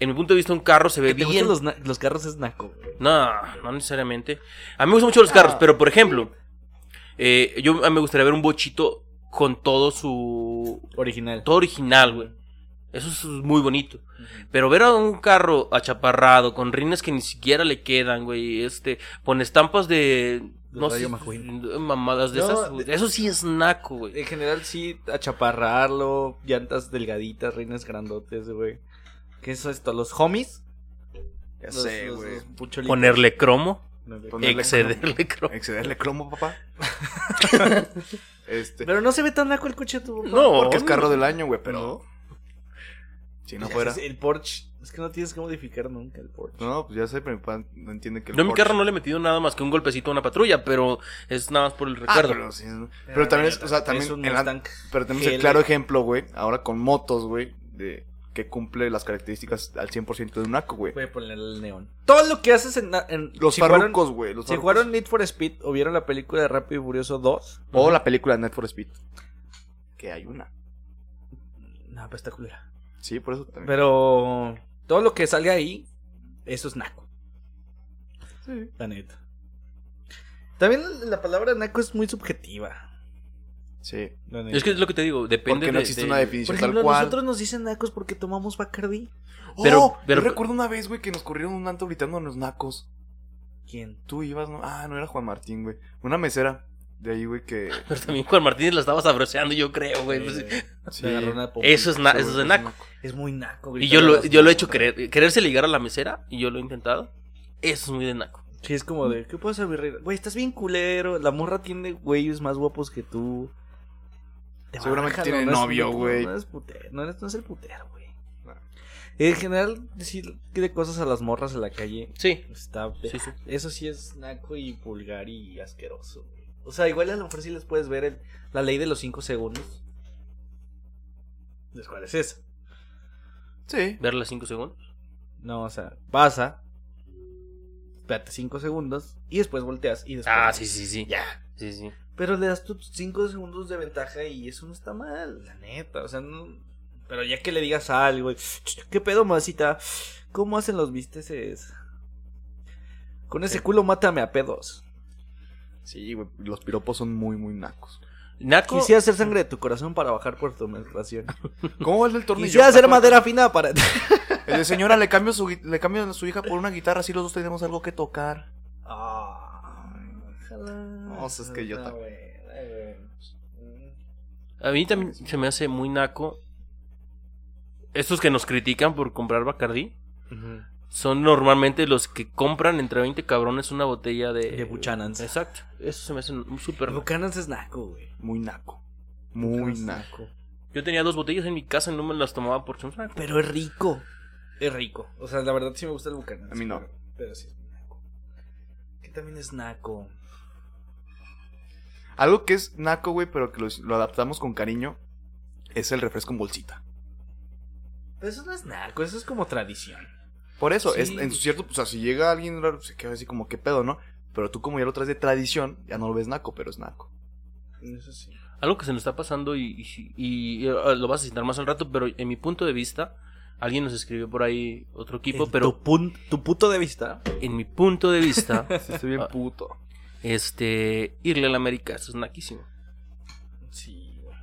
C: En mi punto de vista, un carro se ve
A: Que te
C: bien.
A: gustan los, na- los carros es naco. güey.
C: No, no necesariamente. A mí me gustan mucho los
A: Ah.
C: carros, pero por ejemplo, eh, yo a mí me gustaría ver un bochito con todo su
A: Original.
C: todo original, güey. Eso es muy bonito. Pero ver a un carro achaparrado, con rines que ni siquiera le quedan, güey, este, con estampas de.
A: De
C: no
A: Rayo
C: sé,
A: McQueen.
C: mamadas de
A: No,
C: esas.
A: de-
C: Eso sí es naco, güey.
A: En general, sí, achaparrarlo, llantas delgaditas, rines grandotes, güey. ¿Qué es esto? ¿Los homies?
B: Ya
A: Los-
B: sé,
A: los-
B: güey.
A: los pucholitos.
C: Ponerle cromo,
A: Ponerle-
B: Ponerle
C: excederle cromo.
B: Excederle
A: (laughs)
B: cromo, papá. este.
A: Eh, Pero no se ve tan naco el coche de tu papá.
C: No,
B: Porque es carro del año, güey, pero.
A: No.
B: Si no
A: Ya
B: fuera.
A: sé, El Porsche. Es que no tienes que modificar nunca el Porsche.
B: No, pues ya sé, pero mi papá no entiende que. el
C: Yo a mi
B: Porsche-
C: carro no le he metido nada más que un golpecito a una patrulla, pero es nada más por el
B: Ah,
C: recuerdo.
B: pero, sí, no. Pero también es, o sea, también
A: un
B: en la-
A: Mustang.
B: pero tenemos el
A: GL.
B: claro ejemplo, güey, ahora con motos, güey, de que cumple las características al 100% de un naco, güey.
A: Puede ponerle el neón. Todo lo que haces en. la- en
B: Los
A: si jugaron-
B: farrucos, güey, los
A: Si
B: farrucos.
A: jugaron Need for Speed o vieron la película de Rápido y Furioso 2.
B: o la película de Need for Speed. Que hay una.
A: No, pues está culera.
B: Sí, por eso también.
A: Pero todo lo que sale ahí, eso es naco.
B: Sí.
A: La neta. También la palabra naco es muy subjetiva.
B: Sí.
A: la neta.
C: Es que es lo que te digo, depende
B: Porque no
C: de-
B: existe
C: de-
B: una
A: Por
B: definición
A: ejemplo,
B: tal cual.
A: nosotros nos dicen nacos porque tomamos Bacardi.
C: Pero-
B: Oh,
C: pero-
B: yo recuerdo una vez, güey, que nos corrieron un anto gritando a los nacos.
A: ¿Quién?
B: Tú ibas, ¿no? Ah, no era Juan Martín, güey. Una mesera de ahí, güey, (laughs) que.
C: Pero también Juan Martínez la estaba sabroseando, yo creo, güey. Pues,
A: Eh,
B: Sí.
A: me agarró una pompa.
C: eso es, na-
B: Sí,
C: eso es de
B: güey,
C: naco.
A: Es muy naco.
C: Y
A: gritarle
C: yo
A: a
C: lo,
A: las-
C: yo lo he hecho creer, quererse ligar a la mesera, y yo lo he intentado. Eso es muy de naco.
A: Sí, es como de, ¿qué pasa, mi reina? Güey, estás bien culero. La morra tiene güeyes más guapos que tú. Te
B: Seguramente
A: bájalo,
B: tiene
A: es-
B: novio, güey.
A: No, eres putero, no, eres, no es el putero, güey.
B: No.
A: En general, decir que de cosas a las morras en la calle
C: Sí.
A: está.
C: Sí, sí.
A: Eso sí es naco y vulgar y asqueroso, güey. O sea, igual a lo mejor sí les puedes ver el- la ley de los 5 segundos. ¿Sabes ¿Cuál es esa?
B: Sí.
C: Verla cinco segundos.
A: No, o sea, pasa. Espérate 5 segundos y después volteas y después.
C: Ah, sí, sí, sí.
A: Ya.
C: Sí, sí.
A: Pero le das tus 5 segundos de ventaja y eso no está mal, la neta. O sea, no. Pero ya que le digas algo, y, ¿qué pedo, masita? ¿Cómo hacen los bisteces? Con
B: Eh,
A: ese culo mátame a pedos.
B: Sí, güey. Los piropos son muy, muy nacos.
C: Naco.
A: Quisiera hacer sangre de tu corazón para bajar por tu menstruación.
B: ¿Cómo va el del tornillo?
A: Quisiera hacer
B: Paco?
A: madera fina para.
B: (laughs) El de señora le cambio su, gui- le cambio a su hija por una guitarra, así los dos tenemos algo que tocar.
A: Ay, ojalá.
B: No, es que yo
A: Está
B: también.
A: bueno, eh, mm.
C: A mí también se me hace muy naco. Estos que nos critican por comprar Bacardí son normalmente los que compran entre 20 cabrones una botella de.
A: De Buchanan's.
C: Exacto. Eso se me hace un súper.
A: Pero Bucanan's es naco, güey.
B: Muy naco. Muy
A: Bucanan's es
B: naco.
C: Yo tenía dos botellas en mi casa y no me las tomaba por ser un naco.
A: Pero es rico. Es rico. O sea, la verdad sí me gusta el bucanán.
B: A mí no.
A: Pero, pero sí es naco. Que también es naco.
B: Algo que es naco, güey, pero que los- lo adaptamos con cariño, es el refresco en bolsita.
A: Pero eso no es naco, eso es como tradición.
B: Por eso,
A: Sí.
B: es, en su cierto, pues, o sea, si llega alguien raro, pues, se queda así como, ¿qué pedo, no? Pero tú como ya lo traes de tradición, ya no lo ves naco, pero es naco.
A: (laughs) Eso sí.
C: Algo que se nos está pasando y, y- y, eh, lo vas a citar más al rato, pero en mi punto de vista, alguien nos escribió por ahí otro equipo,
A: En
C: pero
A: Tu, pun- tu puto de vista.
C: en mi punto
A: (laughs)
C: de vista,
B: Sí, estoy bien
C: Ah.
B: puto.
C: este, irle a la América eso es naquísimo.
A: Sí, güey.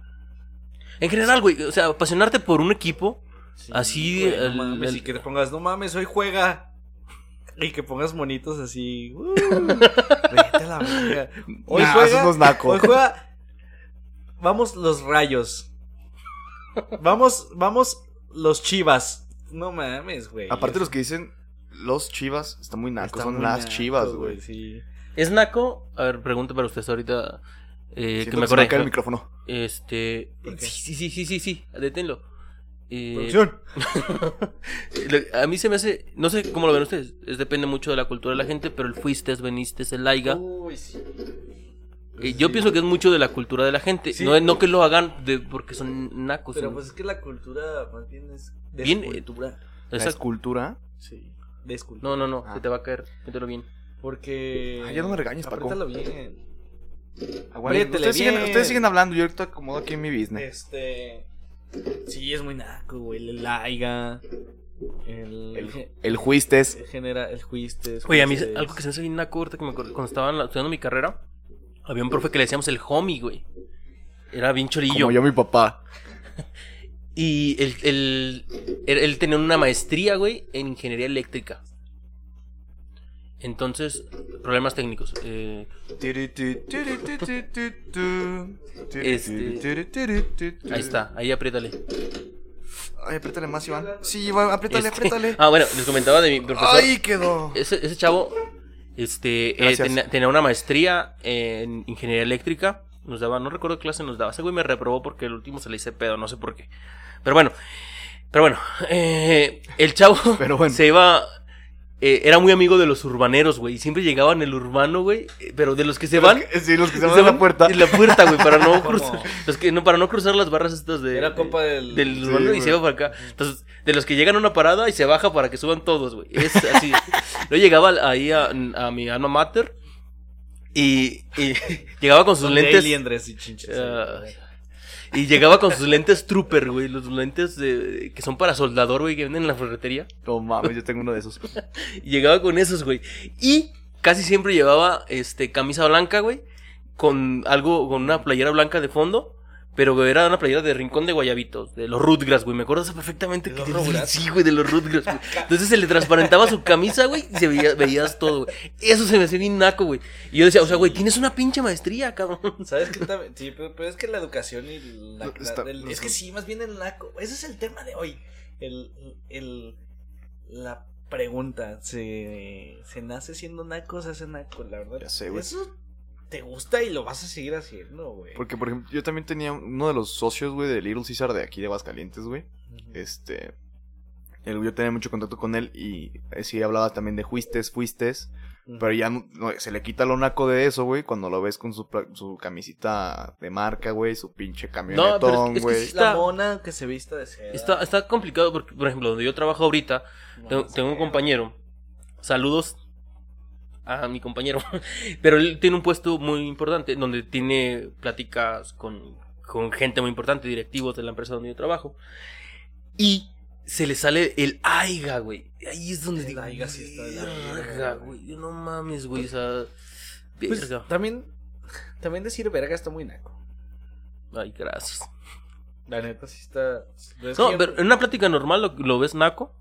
C: En general, güey, o sea, apasionarte por un equipo,
A: Sí,
C: Así,
A: güey, no
C: el-
A: mames,
C: el-
A: y que te pongas, no mames, hoy juega. (laughs) Y que pongas monitos así.
B: (laughs)
A: uh, vete a la verga. Hoy
B: Nah, eso
A: juega.
B: no es naco.
A: Hoy juega. Vamos los rayos. Vamos, vamos los chivas. No mames, güey.
B: Aparte los que dicen, los chivas, está muy naco,
A: Está
B: son
A: muy
B: las
A: naco,
B: chivas, güey.
A: Sí.
C: es naco. A ver, pregunta para ustedes ahorita, eh,
B: Siento
C: que me
B: se va a
C: acordé.
B: caer el micrófono.
C: Este,
A: ¿Por qué?
C: sí, sí, sí, sí, sí, sí, deténlo. Eh,
B: Producción.
C: Lo- A mí se me hace, no sé cómo lo ven ustedes, es, depende mucho de la cultura de la gente, pero el fuiste, veniste, el laiga.
A: Uy, sí.
C: Eh, yo pienso que es mucho de la cultura de la gente,
A: Sí.
C: no, no que lo hagan de, porque son nacos.
A: Pero
C: ¿no?
A: pues es que la cultura más bien es
C: Bien, eh,
A: descultura.
B: La
C: Exacto.
B: escultura.
A: Sí. Descultura.
C: No, no, no,
B: Ah.
C: se te va a caer, mételo bien.
A: Porque.
B: Ah, ya no me regañes, Paco.
A: Apriétalo bien.
B: Aguanten.
A: Apriétele
B: Ustedes siguen,
A: bien.
B: ustedes siguen hablando, yo ahorita acomodo aquí en mi business.
A: Este. Sí, es muy naco, güey. El laiga. El.
B: El, el juistes.
A: genera el juiste.
C: Oye, a mí algo que se me hace bien naco ahorita que me acordé, cuando estaba en la- estudiando mi carrera, había un profe que le decíamos el homie, güey. Era bien chorillo.
B: Como yo, a mi papá.
C: Y él, él- él- él tenía una maestría, güey, en ingeniería eléctrica. Entonces, problemas técnicos. eh, ahí
B: Ahí
C: está, Este, ahí apriétale.
B: Ay, apriétale más, Iván. Sí, Iván, apriétale,
C: Este-
B: apriétale.
C: (laughs) Ah, bueno, les comentaba de mi profesor.
B: Ahí quedó.
C: Ese, ese chavo este, eh,
B: Gracias.
C: tenía, tenía una maestría en ingeniería eléctrica. Nos daba, no recuerdo qué clase nos daba. Ese güey me reprobó porque el último se le hice pedo, no sé por qué. Pero bueno, pero bueno, (laughs) eh, el chavo
B: Pero bueno.
C: se iba. eh, era muy amigo de los urbaneros, güey. y Siempre llegaban el urbano, güey. eh, Pero de los que se van.
B: Sí, los que se
C: se
B: van a
C: van
B: la puerta.
C: En la puerta, güey,
B: (laughs)
C: para
A: Como-
C: no cruzar. los que, no, para no cruzar las barras estas de.
A: Era
C: de-
A: compa del-
C: del
B: Sí,
C: urbano y
B: güey.
C: se iba para acá. Entonces, de los que llegan a una parada y se baja para que suban todos, güey. Es así. Yo llegaba al- ahí a, a mi alma mater y, y (laughs) llegaba con sus
A: Son
C: lentes. ah,
A: Daily, Andrés y Chinches.
C: Ay. Y llegaba con sus lentes trooper, güey. Los lentes de- que son para soldador, güey, que venden en la ferretería.
B: No mames, yo tengo uno de esos.
C: Y llegaba con esos, güey. Y casi siempre llevaba este camisa blanca, güey. Con algo, con una playera blanca de fondo. Pero güey, era una playera de rincón de guayabitos, de los Rutgers, güey. Me acuerdo eso perfectamente
A: ¿De
C: que
A: los Rugrats?
C: sí, güey, de los Rutgers, güey. Entonces se le transparentaba su camisa, güey, y se veía, veías todo, güey. Eso se me hacía bien naco, güey. Y yo decía, o sea, güey, tienes una pinche maestría, cabrón.
A: ¿Sabes qué también? Sí, pero, pero es que la educación y la... la-
B: Está-
A: el- es que sí, más bien el naco. Ese es el tema de hoy. El... el la pregunta. ¿se, ¿Se nace siendo naco o se hace naco? La verdad.
B: Ya sé, güey.
A: Eso te gusta y lo vas a seguir haciendo, güey.
B: Porque, por ejemplo, yo también tenía uno de los socios, güey, de Little Caesar de aquí de Aguascalientes, güey.
A: Ujú.
B: Este. el- yo tenía mucho contacto con él y eh, sí hablaba también de juistes, fuistes.
A: Ujú.
B: Pero ya no- no, se le quita lo naco de eso, güey, cuando lo ves con su, pla- su camisita de marca, güey, su pinche camionetón,
C: es que
B: güey.
C: sí-
A: La
C: está-
A: mona que se vista de seda.
C: Está, está complicado porque, por ejemplo, donde yo trabajo ahorita, Tengo,
A: Mona
C: tengo un
A: seda.
C: compañero. Saludos a mi compañero. (laughs) Pero él tiene un puesto muy importante donde tiene pláticas con, con gente muy importante, directivos de la empresa donde yo trabajo. Y se le sale el aiga, güey. Ahí es donde
A: El
C: digo.
A: aiga sí está de la
C: "Verga,
A: verga,
C: güey. No mames, güey. O sea.
A: Pues,
C: verga.
A: también, también decir verga está muy naco.
C: Ay, gracias.
A: La neta sí está. es
C: No,
A: que-
C: pero en una plática normal lo, lo ves naco.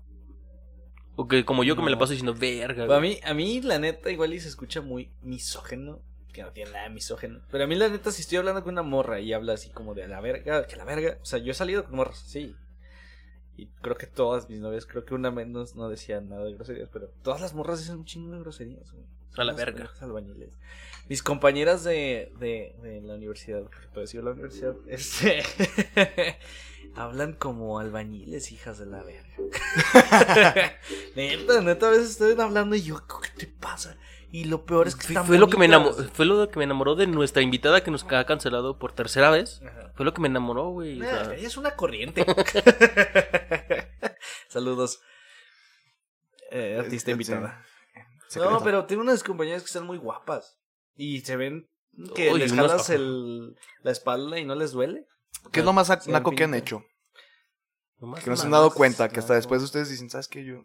C: O que como yo que me la
A: No.
C: paso diciendo, verga.
A: Pues, A
C: güey".
A: mí, a mí, la neta, igual y se escucha muy misógeno. Que no tiene nada de misógeno. Pero a mí, la neta, si estoy hablando con una morra y habla así como de la verga, que la verga. O sea, yo he salido con morras, sí. Y creo que todas mis novias, creo que una menos no decía nada de groserías, pero todas las morras dicen un chingo de groserías. güey. Son
C: A la
A: unas
C: verga.
A: pendejas albañiles. Mis compañeras de, de, de la universidad, porque todavía sigo en la universidad, (laughs) este, hablan como albañiles, hijas de la verga. (laughs) neta, neta, a veces están hablando y yo, ¿qué te pasa? Y lo peor es que
C: Fue,
A: están
C: fue lo que me enamoró,
A: bonitas.
C: fue lo que me enamoró de nuestra invitada que nos ha cancelado por tercera vez.
A: Ajá.
C: Fue lo que me enamoró, güey. o
A: Nah,
C: sea,
A: es una
C: (laughs)
A: corriente. Saludos. Eh, artista
B: Sí.
C: Este,
A: invitada.
B: Secreto.
A: No, pero tengo unas compañeras que están muy guapas. Y se ven que
C: Uy,
A: les
C: unas
A: jalas
C: papas.
A: el, la espalda y no les duele.
B: ¿Qué es lo más
A: Se
B: naco que han
A: pinta.
B: hecho?
C: nomás
B: Que no se han
C: mamas,
B: dado cuenta, que hasta
A: naco.
B: después ustedes dicen, ¿sabes qué? Yo.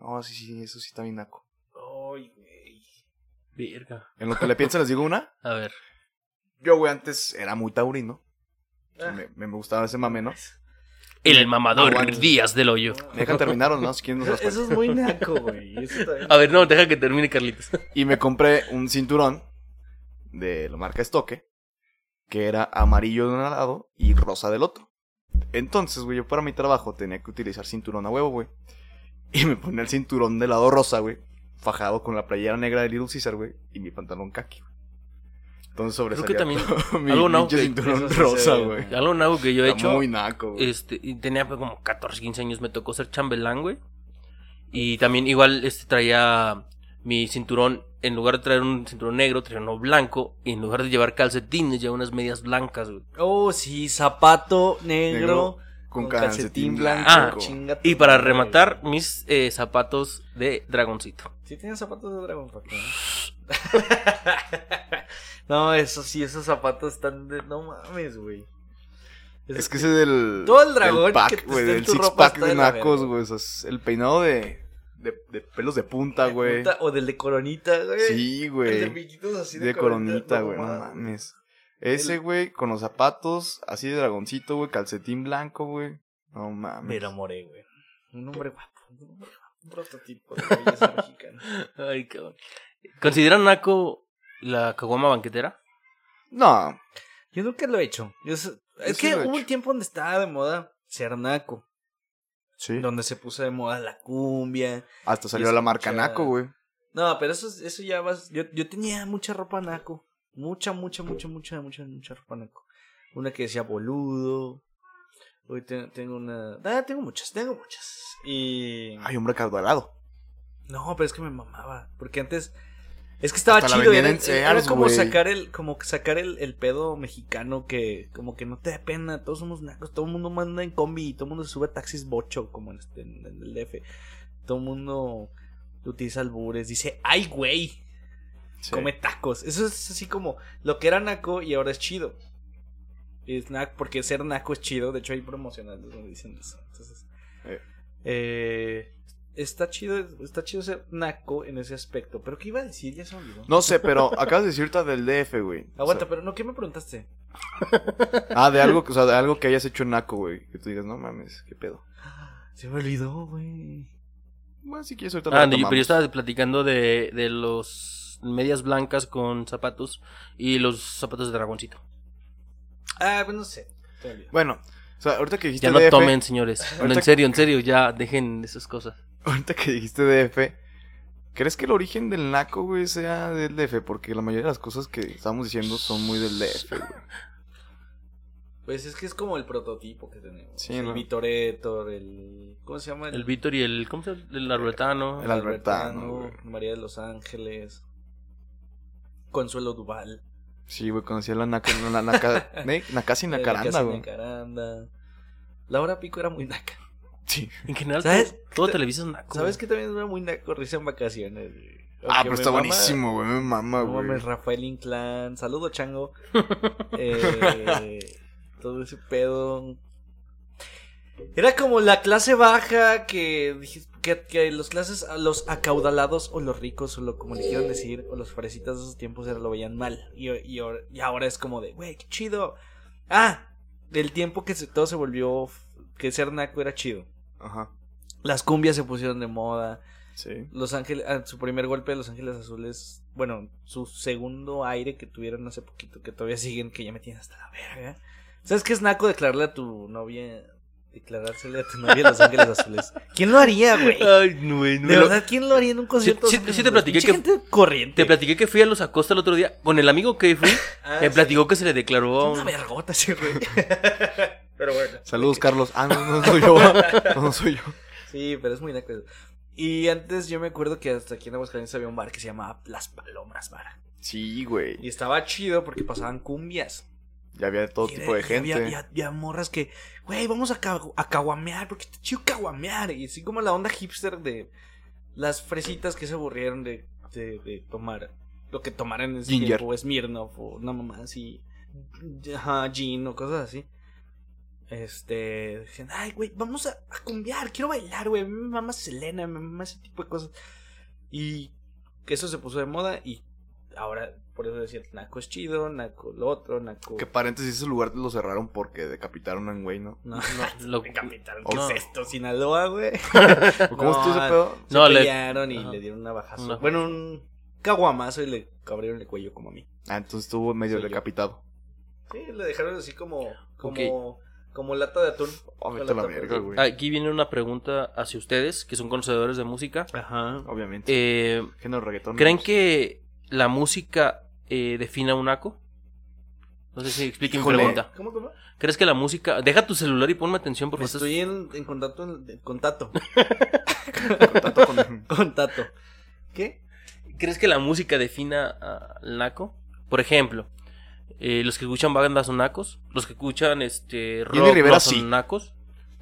B: No, sí, sí, eso sí está bien naco.
A: Ay, güey.
C: Verga.
B: En lo que le piensan, les digo una.
C: A ver.
B: Yo, güey, antes era muy taurino.
A: Ah.
B: Me, me gustaba ese mame, ¿no?
C: El mamador
B: Aguanta.
C: Díaz del Hoyo.
B: Me dejan terminar o no, si
A: (laughs)
B: quieren nos las cuento.
A: Eso es muy naco, güey. Eso
C: (laughs)
A: también.
C: A ver, no, deja que termine
B: (laughs)
C: Carlitos.
B: Y me compré un cinturón de la marca Estoque, que era amarillo de un lado y rosa del otro. Entonces, güey, yo para mi trabajo tenía que utilizar cinturón a huevo, güey. Y me ponía el cinturón del lado rosa, güey. Fajado con la playera negra de Little Caesar, güey. Y mi pantalón kaki, güey. Entonces
C: que
B: sobresalía (laughs)
C: también-
B: mi
C: algo no,
B: pinche
C: güey,
B: cinturón
A: eso sí se
B: rosa,
A: ve.
B: güey.
C: Algo nuevo que yo he
B: Está
C: hecho.
B: Muy naco, güey.
C: Este, y tenía pues, como 14, 15 años, me tocó ser chambelán, güey. Y también igual este traía mi cinturón, en lugar de traer un cinturón negro, traía uno blanco, y en lugar de llevar calcetines, llevaba unas medias blancas, güey.
A: Oh, sí, zapato negro.
B: Negro con, calcetín, blanco.
C: blanco. Ah,
A: Chinga tu
C: Y para
A: madre.
C: rematar, mis eh, zapatos de dragoncito.
A: Sí, tenía zapatos de dragón, papá. (laughs) no, eso sí, esos zapatos están de. No mames, güey.
B: Es que ese del.
A: Todo el dragón
B: Del
A: que
B: pack,
A: te
B: güey.
A: esté en
B: Del
A: tu
B: six
A: ropa
B: pack
A: está
B: de
A: de la
B: nacos,
A: verga.
B: güey. o sea, es el peinado de, de, de pelos de punta, güey.
A: O del de coronita, güey.
B: Sí,
A: El de
B: güey.
A: piquitos así
B: De,
A: de,
B: coronita,
A: no
B: güey. No
A: mames.
B: mames. Ese, güey, con los zapatos así de dragoncito, güey, calcetín blanco, güey. No
A: Me
B: mames.
A: enamoré, güey. Un hombre guapo. Un hombre guapo. Un prototipo de
B: (laughs)
A: belleza mexicana.
C: Ay, cabrón. ¿Consideran naco la caguama banquetera?
B: No,
A: Yo nunca lo he hecho. Yo sé-
B: Yo
A: es
B: sí
A: que
B: lo he
A: hubo
B: hecho.
A: un tiempo donde estaba de moda ser naco.
B: sí.
A: Donde se puso de moda la cumbia.
B: Hasta salió
A: Yo
B: la marca
A: escuchaba-
B: Naco, güey.
A: No, pero eso, es- eso ya vas. Yo, yo tenía mucha ropa naco. Mucha, mucha, mucha, mucha, mucha, mucha ropa naco. Una que decía boludo. Hoy te- tengo una. Ah, tengo muchas, tengo muchas. Y.
B: Ay, hombre acaudalado.
A: No, pero es que me mamaba. Porque antes. Es que estaba
B: Hasta la
A: chido.
B: vendían
A: Era,
B: en
A: era
B: Sears,
A: como
B: güey.
A: sacar el, como que sacar el, el pedo mexicano que como que no te da pena. Todos somos nacos, todo el mundo manda en combi, todo el mundo se sube a taxis bocho, como en, este, en el DF. Todo el mundo utiliza albures, dice, ay güey, come tacos. Eso es así como lo que era naco y ahora es chido. Es naco, porque ser naco es chido. De hecho, hay promocionales donde dicen eso. Entonces,
B: Eh.
A: eh, está chido está chido ser naco en ese aspecto. Pero, ¿qué iba a decir? Ya se me olvidó.
B: No sé, pero acabas de decirte del DF, güey. O
A: Aguanta,
B: sea,
A: pero no, ¿qué me preguntaste?
B: ah, de algo, que- o sea, de algo que hayas hecho en Naco, güey. Que tú digas, no mames, qué pedo.
A: Se me olvidó, güey.
B: Bueno, si quieres ahorita lo
C: Ah, no, yo-
B: retomamos.
C: pero yo estaba platicando de, de los medias blancas con zapatos y los zapatos de dragoncito.
A: Ah, pues no sé. se me olvidó.
B: Bueno, o sea, ahorita que dijiste
C: Ya no
B: DF,
C: tomen, (laughs) señores. No,
B: Ahorita-
C: en serio, en serio, ya dejen esas cosas.
B: (laughs) ahorita que dijiste DF, ¿crees que el origen del Naco, güey, sea del DF? Porque la mayoría de las cosas que estamos diciendo son muy del DF, güey.
A: Pues es que es como el prototipo que tenemos.
B: Sí,
A: el
B: ¿no?
A: Vitoreto, el. ¿Cómo se llama?
C: El Víctor y el. ¿Cómo se llama? El arboletano.
B: El Albertano, güey.
A: María de los Ángeles, Consuelo Duval,
B: Sí, güey, conocí a la Naca, la Naca,
A: (laughs)
B: ne- Nacasi Nacaranda,
A: Casi
B: güey.
A: Nacaranda. Laura Pico era muy naca.
B: Sí.
C: En general,
A: ¿Sabes?
C: todo- todo Televisa es naco.
A: ¿Sabes
C: güey.
A: qué también era muy naco? Risa en vacaciones. güey. Aunque
B: Ah, pero
A: me
B: está
A: mama-
B: buenísimo, güey, me mama,
A: No
B: güey.
A: mames, Rafael Inclán. Saludo, chango. Eh, todo ese pedo. Era como la clase baja que, dij- que, que los clases, a los acaudalados o los ricos o lo como le quieran decir, o los fresitas de esos tiempos era, lo veían mal. Y, y ahora- y ahora es como de, güey, qué chido. Ah, del tiempo que se- todo se volvió, f- que ser naco era chido.
B: Ajá,
A: Las cumbias se pusieron de moda.
B: sí.
A: Los Ángeles, ah, su primer golpe de Los Ángeles Azules, bueno, su segundo aire que tuvieron hace poquito, que todavía siguen, que ya me tienen hasta la verga. ¿Sabes qué es naco declararle a tu novia, declarársele a tu novia Los Ángeles Azules? ¿Quién lo haría, güey?
C: Ay, no, güey, Ah, no,
A: De
C: no.
A: verdad, ¿quién lo haría en un concierto?
C: sí- sí te platiqué
A: Pinche
C: que-
A: gente corriente.
C: Te platiqué que fui a los Acosta el otro día con el amigo que fui.
A: Ah,
C: Me
A: sí.
C: platicó que se le declaró a
A: Una
C: un-
A: vergota ese güey. (laughs) Pero bueno.
B: Saludos, Carlos. Ah, no,
A: (laughs)
B: no soy yo. No, no soy yo.
A: Sí, pero es muy naco eso. Y antes yo me acuerdo que hasta aquí en Aguascalientes había un bar que se llamaba Las Palomas Bar.
B: Sí, güey.
A: Y estaba chido porque pasaban cumbias.
B: Ya había todo
A: Y
B: tipo de
A: y había-
B: gente.
A: y había morras que, güey, vamos a, ca- a caguamear, porque está chido caguamear. Y así como la onda hipster de las fresitas que se aburrieron de, de- de tomar. Lo que tomaran en ese
B: Ginger.
A: tiempo, Smirnoff o una mamá así. Ajá, gin o cosas así. Este, decían, ay, güey, vamos a, a cumbiar, quiero bailar, güey. a mí Me mama Selena, me mama ese tipo de cosas. Y que eso se puso de moda y ahora, por eso decía, Naco es chido, Naco lo otro, Naco.
B: Que paréntesis, ese lugar lo cerraron porque decapitaron a un
A: (laughs)
B: güey, ¿no?
A: No,
C: (laughs) No, lo-
A: decapitaron. ¿Qué
C: No.
A: es esto? ¿Sinaloa, güey?
B: ¿Cómo
A: No,
B: estuvo ese pedo?
A: Se
C: No, le-
A: pelearon y
C: Ajá.
A: le dieron una bajazo.
C: Una-
A: Bueno, un caguamazo y le cabrieron el cuello como a mí.
B: Ah, entonces estuvo medio
A: Soy yo.
B: decapitado.
A: Sí, le dejaron así como... Como, como lata de atún.
B: Oh,
A: Con
B: vete
A: la
B: a la
A: tapa.
B: verga, güey.
C: eh, Aquí viene una pregunta hacia ustedes, que son conocedores de música.
B: Ah,
A: Ajá.
B: Obviamente.
C: Eh,
B: Género reggaetón.
C: ¿Creen
B: no.
C: que la música eh, defina un naco? No sé si explique mi
B: Híjole.
C: pregunta. Pues
A: ¿Cómo, cómo?
C: ¿Crees que la música... Deja tu celular y ponme atención porque estás...
A: Estoy en, en contacto... En, en contacto. (laughs)
B: Contacto
C: (laughs)
B: con-
A: contacto. ¿Qué?
C: ¿Crees que la música defina a- al naco? Por ejemplo, eh, los que escuchan bandas son nacos, los que escuchan este rock
B: Jenny Rivera
C: no son
B: sí.
C: nacos.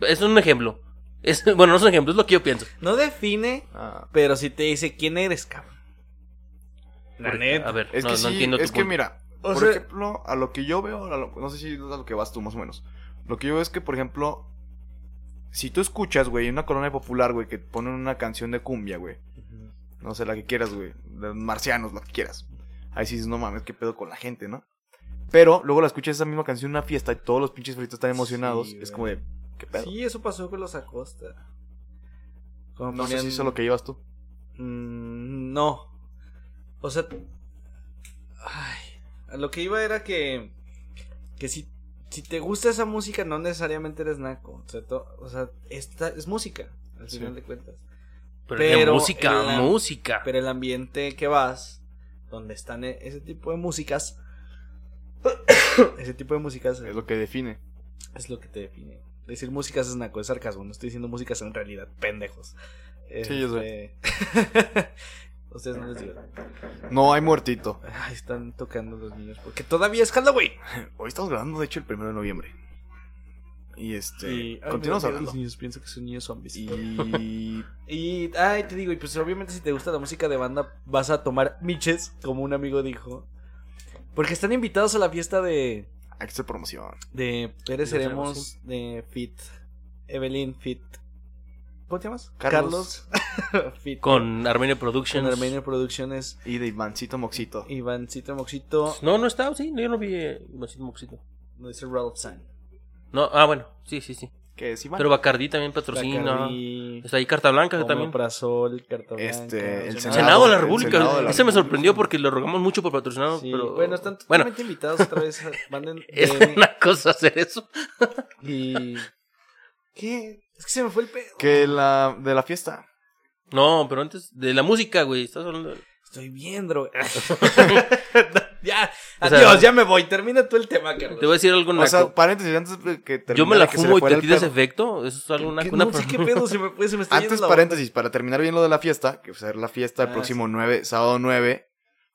C: Es un ejemplo. Es, (laughs) bueno, no es un ejemplo, es lo que yo pienso.
A: No define,
B: Ah.
A: pero si te dice quién eres, cabrón. La
C: Por-
A: neta.
C: A ver,
B: Es
C: no,
B: que
C: no
B: sí,
C: entiendo tu
B: es que
C: punto.
B: mira,
A: O
B: por
A: sea-
B: ejemplo, a lo que yo veo, a lo- no sé si es a lo que vas tú más o menos. Lo que yo veo es que, por ejemplo, si tú escuchas, güey, en una colonia popular, güey, que ponen una canción de cumbia, güey.
A: Ujú.
B: No sé, la que quieras, güey. De marcianos, lo que quieras. Ahí sí dices, no mames, qué pedo con la gente, ¿no? Pero luego la escuchas esa misma canción en una fiesta y todos los pinches fritos están emocionados.
A: Sí,
B: es
A: güey.
B: como de, ¿qué pedo?
A: Sí, eso pasó con los Acosta. Como
B: no sé
A: ponían-
B: si eso es lo que llevas tú.
A: Mm, no. O sea. Ay, a lo que iba era que. Que si, si te gusta esa música, no necesariamente eres naco. O sea, to- o sea, esta es música, al
B: Sí.
A: final de cuentas.
C: Pero, de
A: Pero
C: música,
A: la-
C: música.
A: Pero el ambiente que vas, donde están e- ese tipo de músicas. (coughs) ese tipo de músicas
B: Es lo que define.
A: es lo que te define. Decir músicas es naco, es sarcasmo. No estoy diciendo músicas en realidad, pendejos.
B: Sí, yo
A: Este- (laughs) Ustedes no les digo.
B: No hay muertito.
A: Ay, están tocando los niños. Porque todavía es Halloween.
B: Hoy estamos grabando, de hecho, el primero de noviembre. Y este.
A: Y- ay,
B: continuamos
A: me da miedo
B: hablando.
A: Los niños pienso que son niños zombies. Y,
B: Y.
A: ay, te digo, y pues obviamente si te gusta la música de banda, vas a tomar miches, como un amigo dijo. Porque están invitados a la fiesta de,
B: Hay que hacer promoción.
A: de Pérez
C: Los
A: Seremos,
C: Seremos,
A: de Fit, Evelyn Fit. ¿Cómo te llamas?
B: Carlos.
A: Carlos. (laughs) Fit.
C: Con Armenia Productions.
A: Con Armenia Producciones,
B: Y de Ivancito Moxito.
A: Ivancito Moxito,
C: No, no está, sí, yo no vi eh, Moxito, Moxito.
A: no dice Ralph San.
C: No, ah, bueno, sí, sí, sí.
B: Que es Iván.
C: Pero Bacardi también patrocina.
A: Bacardí,
C: Está ahí Carta Blanca que también.
A: Omeprazol, Carta Blanca,
B: Este, el
C: El Senado de la
B: El
C: República.
B: Senado de la
C: Ese me
B: República.
C: sorprendió porque le rogamos mucho por patrocinado.
A: Sí,
C: pero...
A: Bueno, están
C: Bueno, (laughs)
A: totalmente invitados otra vez. a- Manden
C: es
A: DM
C: una cosa hacer eso.
A: y... ¿Qué? Es que se me fue el pedo.
B: Que la. De la fiesta.
C: No, pero antes de la música, güey. Estás hablando. de-
A: Estoy bien
C: (laughs)
A: droga. (laughs) ya,
C: O sea-
A: adiós, ya me voy. Termina tú el tema, Carlos.
C: Te voy a decir algo
B: O
C: naco.
B: sea, paréntesis, antes de que terminara
C: Yo me la
B: que se le
C: fumo y
B: fuera
C: te
B: el
C: tira ese
B: pedo.
C: efecto. Eso es algo naco.
A: ¿Qué-
C: una
A: no sé qué pedo, se me, fue-
B: (laughs)
A: se me está
B: Antes,
A: yendo la
B: paréntesis, para terminar bien lo de la fiesta, que va a ser la fiesta el
A: Ah,
B: próximo 9, sábado 9,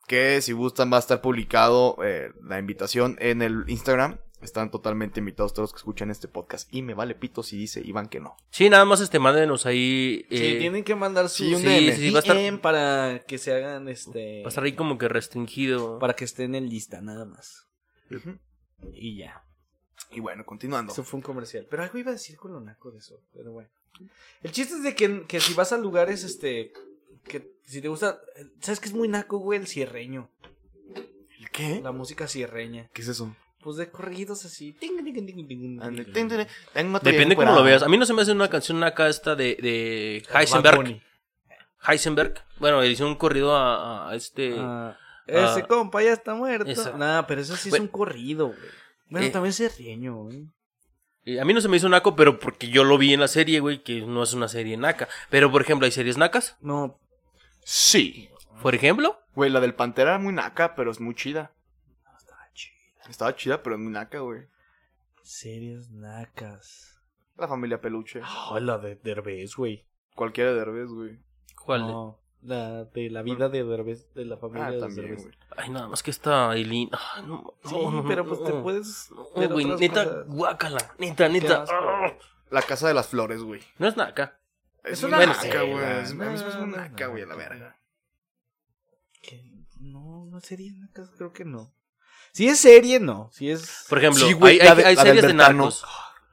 B: que si gustan va a estar publicado eh, la invitación en el Instagram. Están totalmente invitados todos los que escuchan este podcast. Y me vale pito si dice Iván que no.
C: Sí, nada más este, mándenos ahí.
A: Sí,
C: eh,
A: tienen que mandar su
B: sí, un
C: sí,
B: DM.
C: sí, sí, va a estar-
A: DM para que se hagan este...
C: va a estar ahí como que restringido.
A: Para que estén en lista, nada más. Y ya.
B: Y bueno, continuando.
A: Eso fue un comercial. Pero algo iba a decir con lo naco de eso. Pero bueno. El chiste es de que, que si vas a lugares, este. Que si te gusta. ¿Sabes que es muy naco, güey? El cierreño.
B: ¿El qué?
A: La música cierreña.
B: ¿Qué es eso?
A: Pues de corridos así. Ting, ting, ting, ting, ting,
B: Ande-
A: ting.
B: ten- ten- tengo tu
C: Depende
B: bien
C: cómo lo
B: encuerado.
C: veas. A mí no se me hace una canción acá esta de, de
A: Bad
C: Heisenberg.
A: Bunny.
C: Heisenberg. Bueno, le hizo un corrido a, a este.
A: Ah, ese
C: Ah.
A: compa ya está muerto.
C: Esa.
A: Nah, pero eso sí es
C: Bueno.
A: un corrido, güey. Bueno,
C: Eh.
A: también cierreño, güey.
C: Eh, A mí no se me hizo naco, pero porque yo lo vi en la serie, güey, que no es una serie naca. Pero, por ejemplo, hay series nacas.
A: No.
B: Sí.
C: Por ejemplo,
B: Güey, la del Pantera era muy naca, pero es muy chida.
A: estaba chido.
B: Estaba chida, pero es muy naca, güey.
A: Series nacas.
B: La familia Peluche.
A: Ah, la de Derbez, güey.
B: Cualquiera de Derbez, güey. Ah,
C: ¿cuál? de-
A: No, la de la vida de Derbez, de la familia
B: Ah,
A: de
B: también,
A: Derbez.
B: güey.
C: Ay, nada más que esta Aileen. Ah, no, no,
A: Sí,
C: no, no,
A: pero pues te
C: no.
A: puedes
C: No,
A: ver
C: güey,
A: otras
C: neta,
A: cosas.
C: guácala. Neta, neta.
A: asco,
C: Ah,
A: güey.
B: La Casa de las Flores, güey.
C: no es naca.
A: Es
B: Es
A: una
B: una
A: naca,
B: naca, güey.
A: güey.
B: Es- A mí se me hace
A: No,
B: una
A: no,
B: naca, güey, a la
A: no.
B: verga.
A: Que No, no sería una casa, creo que no. Si es serie, no. Si es
C: Por ejemplo,
B: Sí, güey,
C: hay,
B: la
C: hay-
B: de-
C: hay
B: la del
C: series de
B: Bertano.
C: narcos.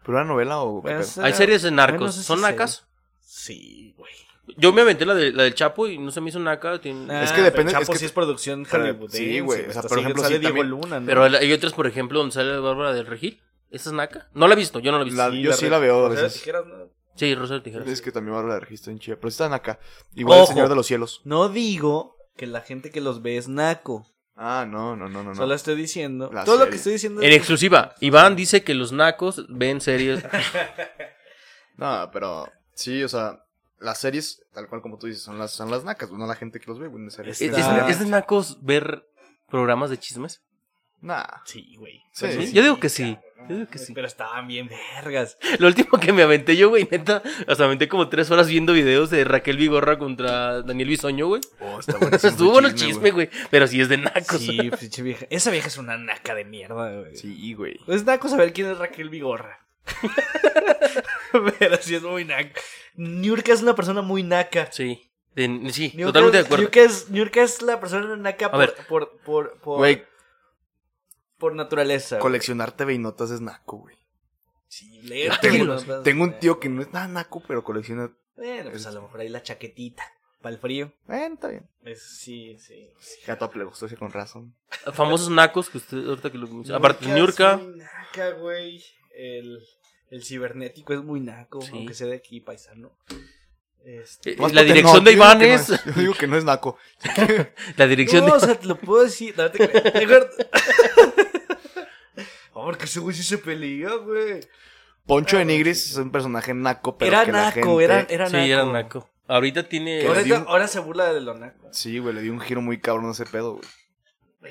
B: ¿Pero una novela o qué
A: Bueno,
B: pedo?
A: sí.
C: Hay series de narcos.
A: Ah. Bueno, no sé si
C: ¿Son
A: serie.
C: nacas?
A: sí, güey.
C: Yo me aventé la, de- la del Chapo y no se me hizo naca. tiene-
B: Es
A: Ah,
B: que depende-
A: pero Chapo
B: es que-
A: sí es producción
B: pero-
A: hollywoodense.
B: sí, güey, o sea,
A: hasta
B: por
A: sí
B: ejemplo,
A: sale
B: sí,
A: Diego
B: también-
A: Luna, ¿no?
C: Pero hay otras, por ejemplo, donde sale Bárbara del Regil. ¿Esa es naca? No la he visto, yo no la he visto.
B: La- yo sí la veo a
A: Rosario
B: veces.
A: Tijeras, no.
C: Sí, Rosario Tijeras.
B: Es que también va a la registro en chida. Pero están acá. Igual el
A: Ojo.
B: Señor de los Cielos.
A: No digo que la gente que los ve es naco.
B: Ah, no, no, no, no.
A: Solo
B: no.
A: estoy diciendo.
B: La
A: todo lo
B: serie.
A: que estoy diciendo
C: En exclusiva, Iván dice que los nacos ven series.
B: No, pero sí, o sea, las series, tal cual como tú dices, son las, son las nacas, no la gente que los ve, güey. no es series.
C: ¿Es, es-
A: Está-
C: es de nacos ver programas de chismes? (laughs)
B: Nah.
A: Sí, güey.
B: Sí.
A: Pues
C: Yo digo que sí.
A: cabrón.
C: Yo digo que sí.
A: Pero estaban bien vergas.
C: Lo último que me aventé yo, güey, neta, hasta aventé como tres horas viendo videos de Raquel Vigorra contra Daniel Bisoño, güey.
B: Oh, está buenísimo
C: (laughs) Estuvo bueno el chisme, güey. Pero sí es de nacos.
A: Sí, pinche vieja. Esa vieja es una naca de mierda, güey.
B: Sí, güey.
A: Es naco saber quién es Raquel Vigorra. (laughs) Pero sí es muy naco. Niurka es una persona muy naca.
C: Sí. De- sí,
A: Niurka
C: totalmente de
A: es-
C: acuerdo.
A: Niurka es, Niurka es la persona naca por,
C: ver.
A: por, por, por,
B: Güey,
A: por naturaleza. güey.
B: coleccionar TV y notas es naco, güey.
A: Eh, Sí, leer
B: Tengo-
A: libros,
B: Tengo un tío que no es nada naco, pero colecciona.
A: Bueno, pues a lo mejor ahí la chaquetita. Para el frío.
B: Bueno, Eh, está bien.
A: Es- sí, sí.
B: Ya top le gustó ese con razón.
C: Famosos nacos que usted ahorita que lo menciona. Aparte, Niurka.
A: Es muy naca, güey. El, el cibernético es muy naco,
C: Sí.
A: aunque sea de aquí, paisano. Este...
C: Eh,
B: Más
C: La
B: porque
C: dirección
B: no,
C: de
B: yo digo
C: Iván
B: que no
C: es.
B: Yo (laughs) digo que no es naco.
C: La dirección
A: no,
C: de.
A: o sea, te lo puedo decir. No, no te
C: (laughs)
A: creas. Mejor- (laughs) Oh, porque ese güey sí se pelea, güey.
B: Poncho de Nigris es un personaje naco, pero
A: Era
B: que la
A: naco,
B: gente-
A: era, era
C: Sí,
A: naco.
C: era naco. Ahorita tiene.
A: Ahora,
B: le dio un-
A: ahora se burla de lo naco.
B: Sí, güey, le dio un giro muy cabrón a ese pedo, güey.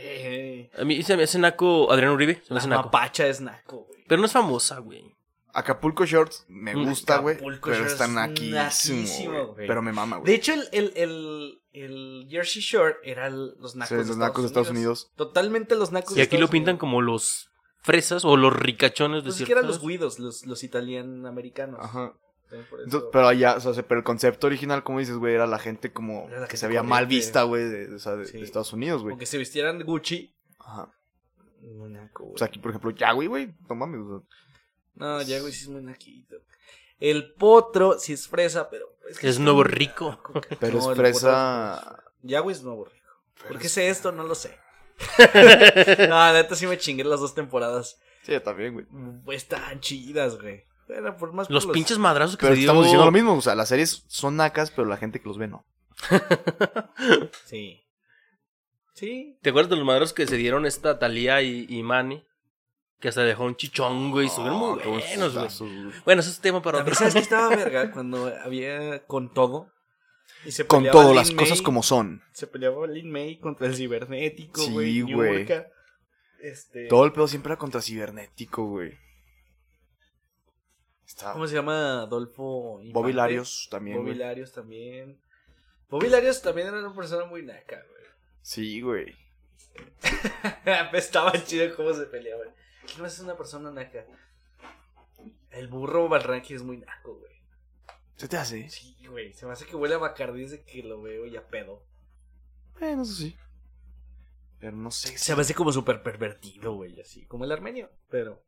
A: Ey,
C: A mí se me hace naco Adrián Uribe. Se me
A: Eh, la
C: hace naco.
A: mapacha es naco, güey.
C: Pero no es famosa, güey.
B: Acapulco Shorts me
C: Mm,
B: gusta, güey,
A: Acapulco
B: pero
A: Shorts
B: está
A: es naquísimo,
B: naquísimo,
A: güey.
B: güey. Pero me mama,
A: De
B: güey.
A: hecho, el, el, el, el Jersey Shore eran los nacos,
B: Sí, los nacos de Estados Unidos.
A: Totalmente los nacos
C: Y aquí lo pintan como los fresas o los ricachones de
A: Pues es que eran los
C: ciertas-
A: guidos, los, los italian-americanos.
B: Ajá.
A: También por eso.
B: Entonces, pero allá, o sea, se- pero el concepto original, como dices, güey, era la gente
A: Era
B: como
A: la
B: que
A: gente
B: se veía
A: corriente.
B: mal vista, güey, de, de- o sea, de-
A: Sí.
B: de Estados Unidos, güey.
A: Aunque se vistieran de Gucci.
B: Ajá.
A: Muy naco, güey.
B: Pues aquí, por ejemplo, ya, güey, güey, no mames. o sea,
A: No, ya, güey, sí es muy naquito. El potro sí es fresa, pero... que
C: Es
A: está
C: nuevo
A: muy
C: rico.
A: naco, cabrón.
B: Pero
A: No,
B: es
A: el
B: fresa.
A: potro- Ya, güey, es nuevo rico. ¿Por qué sé esto? No lo
B: (laughs)
A: sé. (laughs) no,
C: Pero
A: la neta sí me chingué las dos temporadas.
B: Sí, también, güey.
A: Pues estaban chidas, güey. Era por más por
C: Los pinches madrazos que
B: Pero
C: se dio.
B: estamos diciendo lo mismo, o sea, las series son nacas, pero la gente que los ve no.
A: Sí. Sí.
C: ¿Te acuerdas de los madrazos que se dieron esta Talía y, y Manny? Que hasta dejó un chichón, güey. Estuvieron muy
B: Ah, qué buenos
C: buenos, güey.
B: putazos, güey.
C: Bueno, ese es tema para
A: También
C: otro.
A: sabes que estaba verga cuando había con todo. Y se
B: Con
A: peleaba
B: todo,
A: Lin
B: las
A: May-
B: cosas como son.
A: Se peleaba Lin May contra el cibernético,
B: Sí,
A: güey. Sí,
B: güey.
A: güey. Este...
B: Todo el pedo siempre era contra cibernético, güey. Está.
A: ¿Cómo se llama Adolfo? Infante?
B: Bobby Larios también,
A: Bobby
B: güey.
A: Larios también. Bobby Larios también era una persona muy naca, güey. (laughs)
B: Sí, güey.
A: Pues, Estaba chido cómo se peleaban. ¿Quién más es una persona naca? El burro Barranqui es muy naco, güey.
B: ¿Se te hace?
A: Sí, güey. Se me hace que huele a Bacardí desde que lo veo y a pedo.
B: Bueno, eso sí. Pero no sé.
A: Se me hace como súper pervertido, güey, así. Como el armenio, pero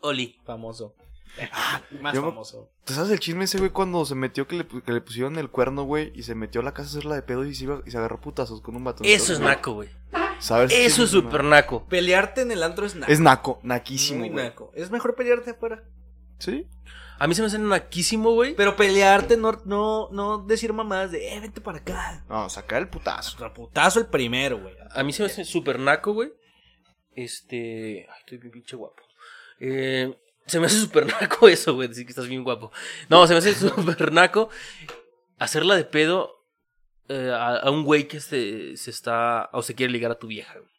C: Oli.
A: famoso. (laughs) Más
B: Ah, yo me-
A: famoso.
B: ¿Te sabes el chisme ese, güey, cuando se metió que le, pu- que le pusieron el cuerno, güey, y se metió a la casa a hacerla de pedo y se, iba, y se agarró putazos con un batón?
C: Eso es naco, güey.
B: ¿Sabes? ese
C: Eso es
B: chisme,
C: súper
B: no?
C: naco.
A: Pelearte en el antro es naco.
B: Es naco,
A: naquísimo,
B: naquísimo,
A: muy
B: güey.
A: naco. Es mejor pelearte afuera.
B: ¿Sí?
C: A mí se me hace naquísimo, güey.
A: Pero pelearte, no, no, no decir mamadas de, eh, vente para acá.
B: No, sacar el putazo.
A: Raputazo el primero, güey.
C: A mí se me hace súper naco, güey. Este. Ay, estoy bien pinche guapo. Eh, se me hace súper (laughs) naco eso, güey. Decir que estás bien guapo. No, se me hace súper naco hacerla de pedo eh, a, a un güey que se, se está. o se quiere ligar a tu vieja, güey.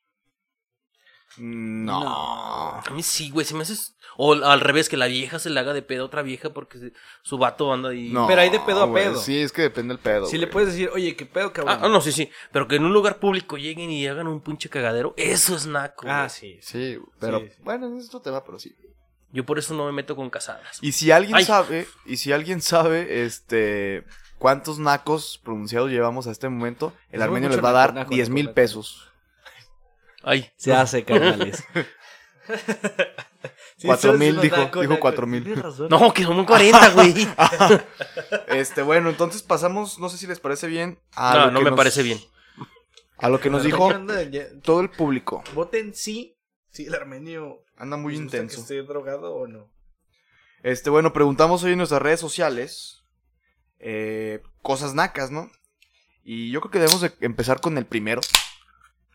B: No.
C: A mí sí, güey. Se me hace. O al revés, que la vieja se le haga de pedo a otra vieja porque se- su vato anda ahí.
B: No,
A: Pero hay de pedo a
B: güey,
A: pedo.
B: Sí, es que depende del pedo.
A: Si le
B: güey.
A: puedes decir, oye, qué pedo, cabrón.
C: Ah, ah, no, sí, sí. Pero que en un lugar público lleguen y hagan un pinche cagadero. Eso es naco.
A: Ah, sí.
C: güey.
B: Sí, pero
A: Sí, sí.
B: bueno, es otro tema, pero sí.
C: Yo por eso no me meto con casadas.
B: Y si alguien
C: Ay.
B: sabe, y si alguien sabe, este, cuántos nacos pronunciados llevamos a este momento, el
A: Somos
B: armenio
A: mucho
B: les va a
A: naco,
B: dar
A: naco,
B: 10
A: naco,
B: mil
A: naco.
B: pesos.
C: Ay.
A: Se hace, (laughs) carnales.
B: Cuatro
A: son-
B: mil,
A: son
B: dijo,
A: naco,
B: dijo
A: naco.
B: cuatro mil.
A: Tienes razón.
C: No, que son
B: (laughs)
C: 40, güey.
B: Este, bueno, entonces pasamos, no sé si les parece bien. A
C: No,
B: lo
C: no
B: que
C: me
B: nos-
C: parece bien.
B: A lo que nos
A: El
B: dijo
A: armenio anda ya-
B: todo el público.
A: Voten sí. Sí, el armenio.
B: Anda muy
A: ¿les gusta que
B: intenso.
A: esté drogado o no?
B: Este, bueno, preguntamos hoy en nuestras redes sociales eh, cosas nacas, ¿no? Y yo creo que debemos de empezar con el primero,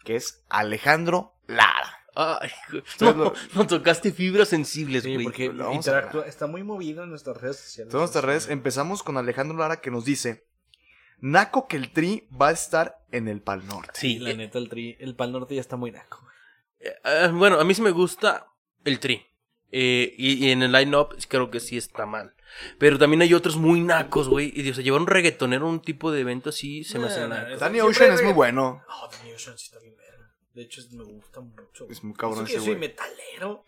B: que es Alejandro Lara.
C: Ay, güey. no,
B: Entonces lo-
C: no tocaste fibras sensibles,
A: Sí,
C: güey.
A: porque
B: lo vamos a
A: interactúa- está muy movido en nuestras redes sociales.
B: Todas nuestras redes empezamos con Alejandro Lara que nos dice, Naco que el Tri va a estar en el Pal Norte.
A: Sí,
C: Sí,
A: la
C: eh,
A: neta, el, tri, el Pal Norte ya está muy naco. güey.
C: eh, ah, bueno, a mí sí me gusta el tri. Eh, y, y en el line-up creo que sí está mal. Pero también hay otros muy nacos, güey. Y o sea, llevar un reggaetonero a un tipo de evento así se me hace
A: Nah,
C: naco.
A: nah,
B: Danny
A: Siempre
B: Ocean
A: hay
B: es muy
A: regga-
B: bueno.
A: Ah, Danny Ocean sí está bien verga. De hecho, es- me gusta mucho.
B: Es muy cabrón
A: Eso que
B: ese
A: yo soy
B: güey.
A: metalero.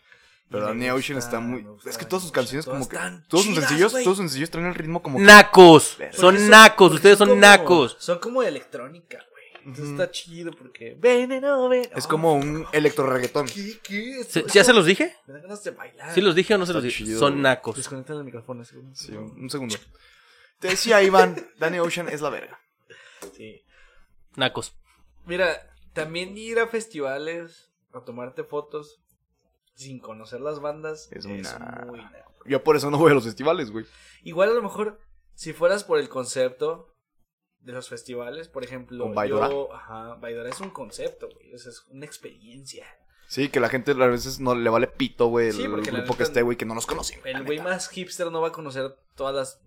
B: Pero
A: y me
B: Danny Ocean
A: gusta-
B: está muy...
A: me gusta
B: Es que
A: Danny
B: todas sus
A: Ocean,
B: canciones
A: todas
B: como que...
A: están
B: Todos sus
A: chidas,
B: sencillos,
A: güey.
B: todos sus sencillos traen el ritmo como... que-
C: Nacos.
B: Porque
C: Son
A: Porque
C: nacos.
B: pues
A: porque
C: Ustedes son
A: como-
C: nacos.
A: Son como de electrónica, güey. Entonces
B: Ujú.
A: está chido porque. Veneno, ven.
B: Es
A: Oh,
B: como un electroreggaetón.
A: ¿Qué? ¿Qué?
C: ¿Sí-
B: pues
A: Esto-
C: ¿Ya se
A: esto-
C: los dije?
A: Me dan ganas de bailar.
C: ¿Sí los dije o no se
B: Ah, Está
C: los dije?
B: chido,
C: Son
B: güey.
C: nacos.
A: Desconecta el micrófono. así como-
B: (laughs) Sí, un un segundo. Te decía Iván, Danny Ocean es la verga.
A: Sí.
C: Nacos.
A: Mira, también ir a festivales a tomarte fotos sin conocer las bandas
B: Es una-
A: muy naco.
B: Yo por eso no voy a los festivales, güey.
A: Igual a lo mejor si fueras por el concepto de los festivales, por ejemplo,
B: Con Baidora.
A: yo, ajá, Baidora es un concepto, güey, o sea, es una experiencia.
B: Sí, que la gente a veces no le vale pito, güey, el
A: Sí, porque la
B: grupo que
A: neta-
B: esté, güey, que no nos conoce.
A: El güey más hipster no va a conocer todas las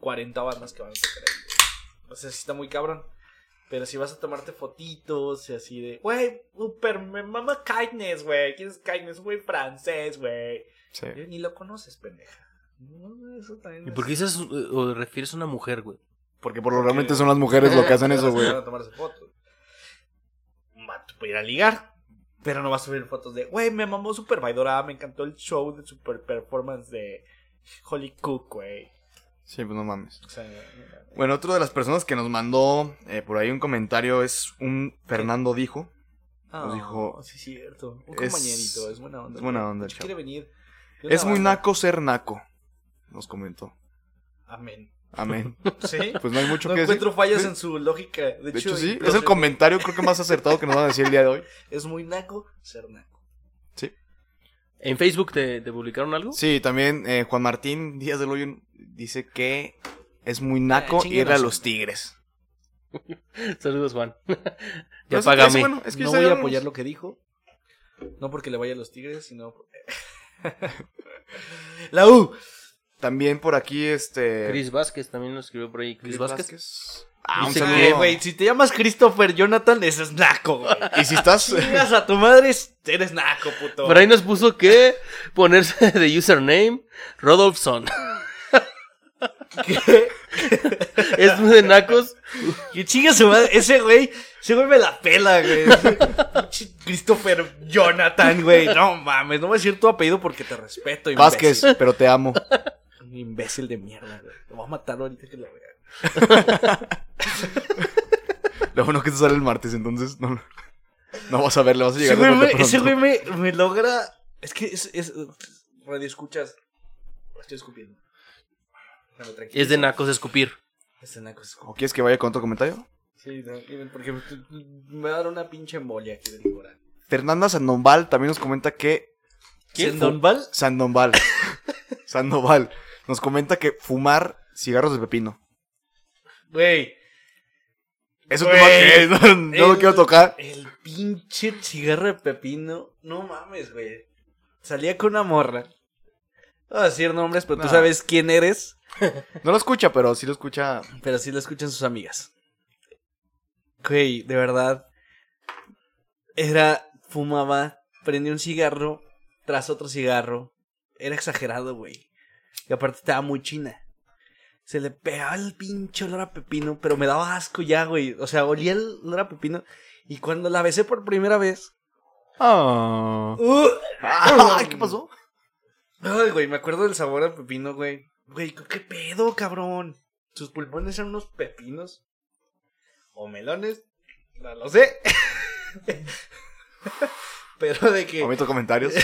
A: 40 bandas que van a tocar ahí. güey. O sea, sí está muy cabrón. Pero si vas a tomarte fotitos y así de, güey, super, me mama Kindness, güey. ¿Quién es Kindness? Un güey francés, güey.
B: Sí.
A: Eh, Ni lo conoces, pendeja. No, eso también
C: ¿Y
A: es-
C: por qué dices eh, o refieres a una mujer, güey?
B: Porque por lo realmente son las mujeres lo que hacen eso,
A: (laughs)
B: güey.
A: Van a tomarse fotos. Va, tú puedes ir a ligar. Pero no vas a subir fotos de, güey, me mamó Super Baidora, me encantó el show de Super Performance de Holly Cook, güey.
B: Sí, pues no mames.
A: O sea, mira.
B: Bueno, otra de las personas que nos mandó eh, por ahí un comentario es un Fernando Dijo.
A: Ah,
B: dijo,
A: Sí, cierto. Un
B: es-
A: compañerito, es buena onda.
B: es buena
A: güey.
B: onda el
A: De hecho, quiere venir. de
B: Es
A: una
B: muy
A: banda.
B: naco ser naco, nos comentó.
A: Amén. (laughs)
B: Amén.
A: Sí.
B: Pues no hay (laughs) mucho
A: No
B: que decir.
A: encuentro fallas
B: Sí.
A: en su lógica. De,
B: De hecho, sí, es
A: incluso
B: el comentario creo que más acertado que nos van a decir el día de hoy.
A: Es muy naco ser naco.
C: ¿En Facebook te, te publicaron algo?
B: Sí, también eh, Juan Martín Díaz del Hoyo dice que es muy naco
A: Ah, chinguen
B: ir a
A: a su-
B: los tigres.
C: Saludos, Juan. (laughs)
B: No,
C: ya
B: es que-
C: págame.
B: es bueno, es que
A: no
B: ya
A: voy a
B: sabíamos.
A: apoyar lo que dijo. No porque le vaya a los Tigres, sino. (laughs) la U.
B: También por aquí, este...
C: Chris Vázquez también lo escribió por ahí. Chris, Vázquez.
B: Ah, un
C: Dice
B: saludo.
C: que,
A: güey, si te llamas Christopher Jonathan, eso es naco, güey.
B: Y
A: (laughs)
B: si estás...
A: Chingas a tu madre, eres naco, puto.
C: Por ahí nos puso que ponerse (laughs) de username Rodolfson. (laughs)
A: ¿Qué?
C: Es de nacos.
A: Que chinga su madre. Ese güey, ese güey me la pela, güey. Ese pinche Christopher Jonathan, güey. No mames, no voy a decir tu apellido porque te respeto, imbécil.
B: Vázquez, pero te amo.
A: Un imbécil de mierda, güey. Te voy a matar ahorita que lo vea.
B: Lo bueno que esto sale el martes, entonces no, no vas a verlo, vas a
A: Ese
B: llegar
A: güey,
B: de
A: me,
B: pronto.
A: ese güey me, me logra. Es que es. es radio escuchas. Estoy escupiendo. Dame, tranquilo.
C: Es de nacos escupir.
A: Es de naco. es-
B: ¿O quieres que vaya con otro comentario?
A: Sí, tranquilo, porque me va a dar una pinche embolia aquí de Nicolás.
B: Fernanda Sandoval también nos comenta que...
C: ¿Quién?
A: ¿Sendonval? (laughs)
B: Sandoval. Sandoval. Nos comenta que fumar cigarros de pepino.
A: Güey.
B: Eso
A: Güey.
B: que (laughs) no, no lo
A: el-
B: quiero tocar.
A: El pinche cigarro de pepino. No mames, güey. Salía con una morra. No voy a decir nombres, pero
B: Nah.
A: tú sabes quién eres.
B: No lo escucha, pero sí lo escucha.
A: Pero sí lo escuchan sus amigas. Güey, de verdad. Era. Fumaba, prendía un cigarro, tras otro cigarro. Era exagerado, güey. Y aparte estaba muy china. Se le pegaba el pinche olor a pepino, pero me daba asco ya, güey. O sea, olía el olor a pepino. Y cuando la besé por primera vez.
B: Ah.
A: ¡uh!
B: (laughs) Ay, ¿Qué pasó?
A: Ay, güey, me acuerdo del sabor a pepino, güey. Güey, ¿qué pedo, cabrón? Sus pulmones eran unos pepinos. O melones. No lo sé. (laughs) Pero de que. (laughs)
B: Omito comentarios.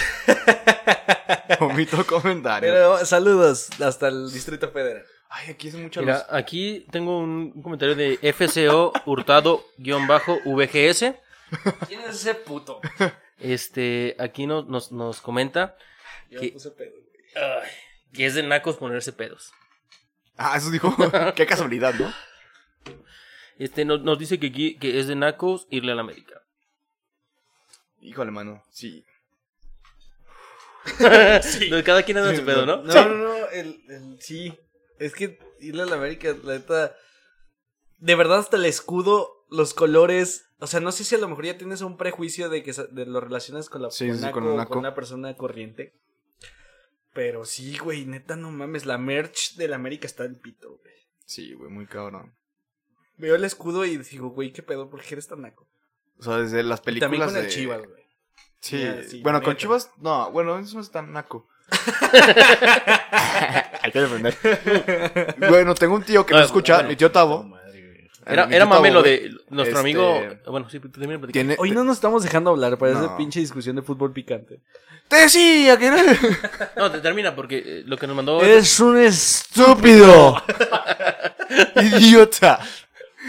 B: Omito comentarios.
A: Pero saludos hasta el Distrito Federal.
B: Ay, aquí es mucha
C: Mira, aquí tengo un un comentario de FCO Hurtado-VGS.
A: ¿Quién es ese puto?
C: Este, aquí nos, nos, nos comenta
A: Yo
C: ¿Qué?
A: puse pedo.
C: ay, que es de nacos ponerse
B: luz.
C: pedos.
B: Ah, eso
A: (laughs)
B: dijo. (laughs) Qué casualidad, ¿no?
C: Este, nos, nos dice que aquí que es de nacos irle a la América.
B: Híjole, mano. Sí.
C: (laughs) Lo de Cada quien anda en
B: Sí,
C: su pedo, ¿no?
A: No, no, no, el, el- sí. Es que irle a la América, la neta. De verdad, hasta el escudo, los colores. O sea, no sé si a lo mejor ya tienes un prejuicio de que sa- de lo relacionas con la
B: Sí,
A: con
B: sí,
A: naco
B: con el
A: o
B: naco.
A: con una persona corriente. Pero sí, güey, neta, no mames. La merch de la América está en pito, güey.
B: Sí, güey, muy cabrón.
A: Veo el escudo y digo, güey, qué pedo, ¿por qué eres tan naco?
B: O sea, desde las
A: Y
B: películas.
A: también con
B: de...
A: el Chivas, güey.
B: Sí.
A: Ya, sí,
B: bueno, con
A: neta.
B: Chivas, no, bueno, eso no es
A: (laughs)
B: tan naco. (laughs) Hay que defender. (laughs) bueno, tengo un tío que no
C: Ah,
B: escucha,
C: bueno.
B: mi tío Tavo.
C: Era,
B: Mi
C: era
B: tío
C: mame
B: Tavo,
C: lo
B: güey,
C: de nuestro
B: Este-
C: amigo. eh, Bueno, sí, termina de platicar.
B: Tiene,
A: Eh, Hoy no nos estamos dejando hablar para
B: No.
A: esa pinche discusión de fútbol picante.
B: Te decía que eres
C: No, te- termina porque eh, lo que nos mandó.
A: Es un estúpido.
B: estúpido. (laughs) Idiota.
C: A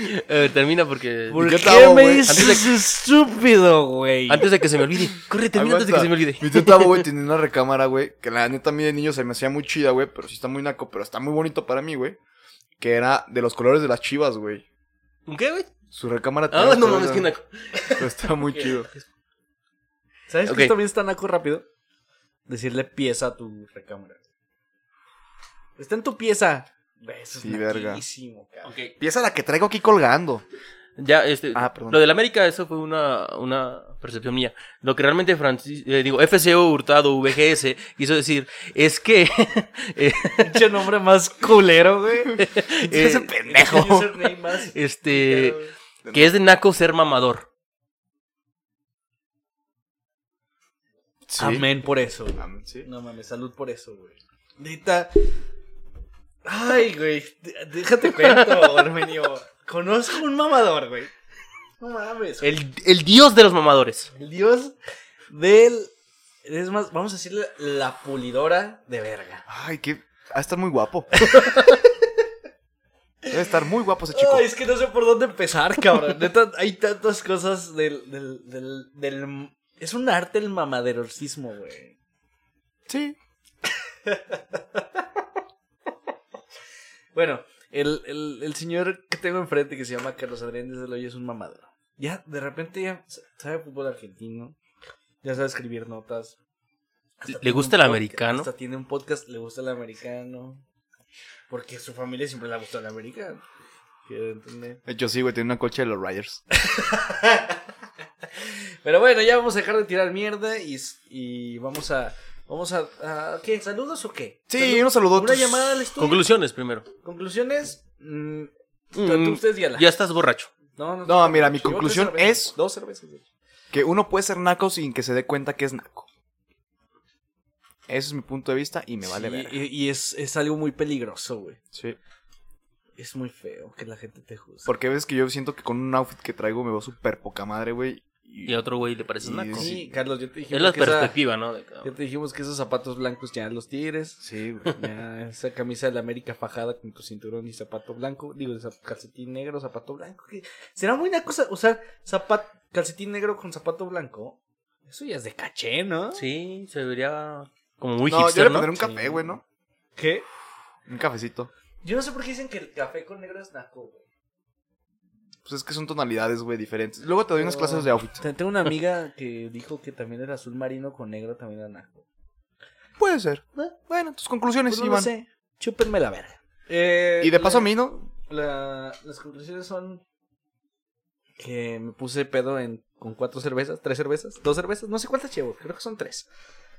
C: ver, eh, termina porque.
A: ¿Por
B: qué
A: qué,
B: tabo,
A: me
B: güey?
A: dices estúpido, güey?
C: Antes de que se me olvide. Corre, termina antes de que se me olvide.
B: Mi tío Tavo, güey, tenía una recámara, güey, que la neta a mí de niño se me hacía muy chida, güey, pero sí está muy naco, pero está muy bonito para mí, güey. Que era de los colores de las chivas, güey.
C: ¿Un qué, güey?
B: Su recámara tenía
C: Ah,
B: los
C: no
B: colores
C: mames,
B: de-
C: que naco.
B: Pero está muy chido.
A: ¿Sabes
C: Ok.
A: qué también está naco rápido? Decirle pieza a tu recámara. Está en tu pieza. Güey, Eso es
B: Sí, verga.
A: naquísimo, cabrón.
C: Ok.
B: Pieza la que traigo aquí colgando.
C: Ya, este.
B: Ah, perdón.
C: Lo del América, eso fue una, una percepción mía. Lo que realmente Francis, eh, digo, FCO Hurtado VGS quiso decir es que (laughs) eh,
A: Pinche nombre más culero,
B: (laughs)
A: güey.
B: Eh, Ese (laughs) pendejo.
A: Pinche username más
B: Eh,
C: este
A: culero,
B: güey.
C: que es de naco ser mamador.
B: Sí.
A: Amén por eso. güey.
B: Amén, sí.
A: No mames, salud por eso, güey. Neta. Ay, güey. d- Déjate cuento, Armenio. Conozco un mamador, güey. No mames. güey.
C: El, el dios de los mamadores.
A: El dios del. Es más, vamos a decirle la pulidora de verga.
B: Ay, qué. Ha de estar muy
C: (laughs)
B: guapo. Debe estar muy guapo ese chico.
A: Ay, es que no sé por dónde (laughs) empezar, cabrón. Neta, hay tantas cosas del, del, del, del- Es un arte el mamaderosismo, güey.
B: Sí.
A: Bueno, el, el, el señor que tengo enfrente que se llama Carlos Adrián desde Hoyo es un mamador. Ya, de repente ya s- sabe fútbol argentino. Ya sabe escribir notas. Hasta
C: ¿Le
A: tiene
C: gusta
A: un
C: el
A: podca-
C: americano?
A: Hasta tiene un podcast, le gusta el americano. Porque su familia siempre le ha gustado el americano. Quiero entender.
B: De hecho, sí, güey, tiene una colcha de los Riders.
A: Pero bueno, ya vamos a dejar de tirar mierda y, s- y vamos a. Vamos a, a- ¿Qué? ¿Saludos o qué?
B: Sí,
A: Saludos.
B: unos saludotes.
A: Una llamada al estudio.
C: Conclusiones primero.
A: Conclusiones. mm,
C: Mm,
A: ustedes díganla.
C: ya estás borracho.
A: No,
B: No, mira, mi
A: Llevo tres
B: conclusión
A: cervezas,
B: es-
A: Dos cervezas. de hecho.
B: Que uno puede ser naco sin que se dé cuenta que es naco. Ese es mi punto de vista y me vale
A: Sí,
B: ver.
A: Y, y es, es algo muy peligroso, güey.
B: Sí.
A: Es muy feo que la gente te juzgue.
B: Porque a veces que yo siento que con un outfit que traigo me veo súper poca madre, güey. Y-
C: Y a otro güey le pareces
B: Y-
C: naco.
A: Sí, Carlos, yo te
C: Es
A: dijimos
C: la
A: que esa-
C: perspectiva, ¿no? De-
A: ya te dijimos que esos zapatos blancos ya los tigres.
B: Sí, güey.
A: Ya esa camisa de la América fajada con tu cinturón y zapato blanco. Digo, zap- calcetín negro, zapato blanco. ¿qué? ¿Será muy una cosa usar zapat calcetín negro con zapato blanco? Eso ya es de caché, ¿no?
C: Sí, se vería como muy
B: no, yo
C: hipster,
B: le
C: ¿no?
B: pondré un café,
C: Sí.
B: güey, ¿no?
A: ¿Qué?
B: Un cafecito.
A: Yo no sé por qué dicen que el café con negro es naco, güey.
B: Pues es que son tonalidades, güey, diferentes. Luego te doy unas
A: Oh.
B: clases de outfit.
A: Te- Tengo una amiga que dijo que también el azul marino con negro también era naco.
B: Puede ser. Bueno, tus conclusiones,
A: Pues no lo
B: Iván.
A: sé. Chúpenme la verga.
B: y de paso a
A: Eh, la-
B: mí, ¿no?
A: la- las conclusiones son que me puse pedo en, con cuatro cervezas, tres cervezas, dos cervezas, no sé cuántas llevo, creo que son tres.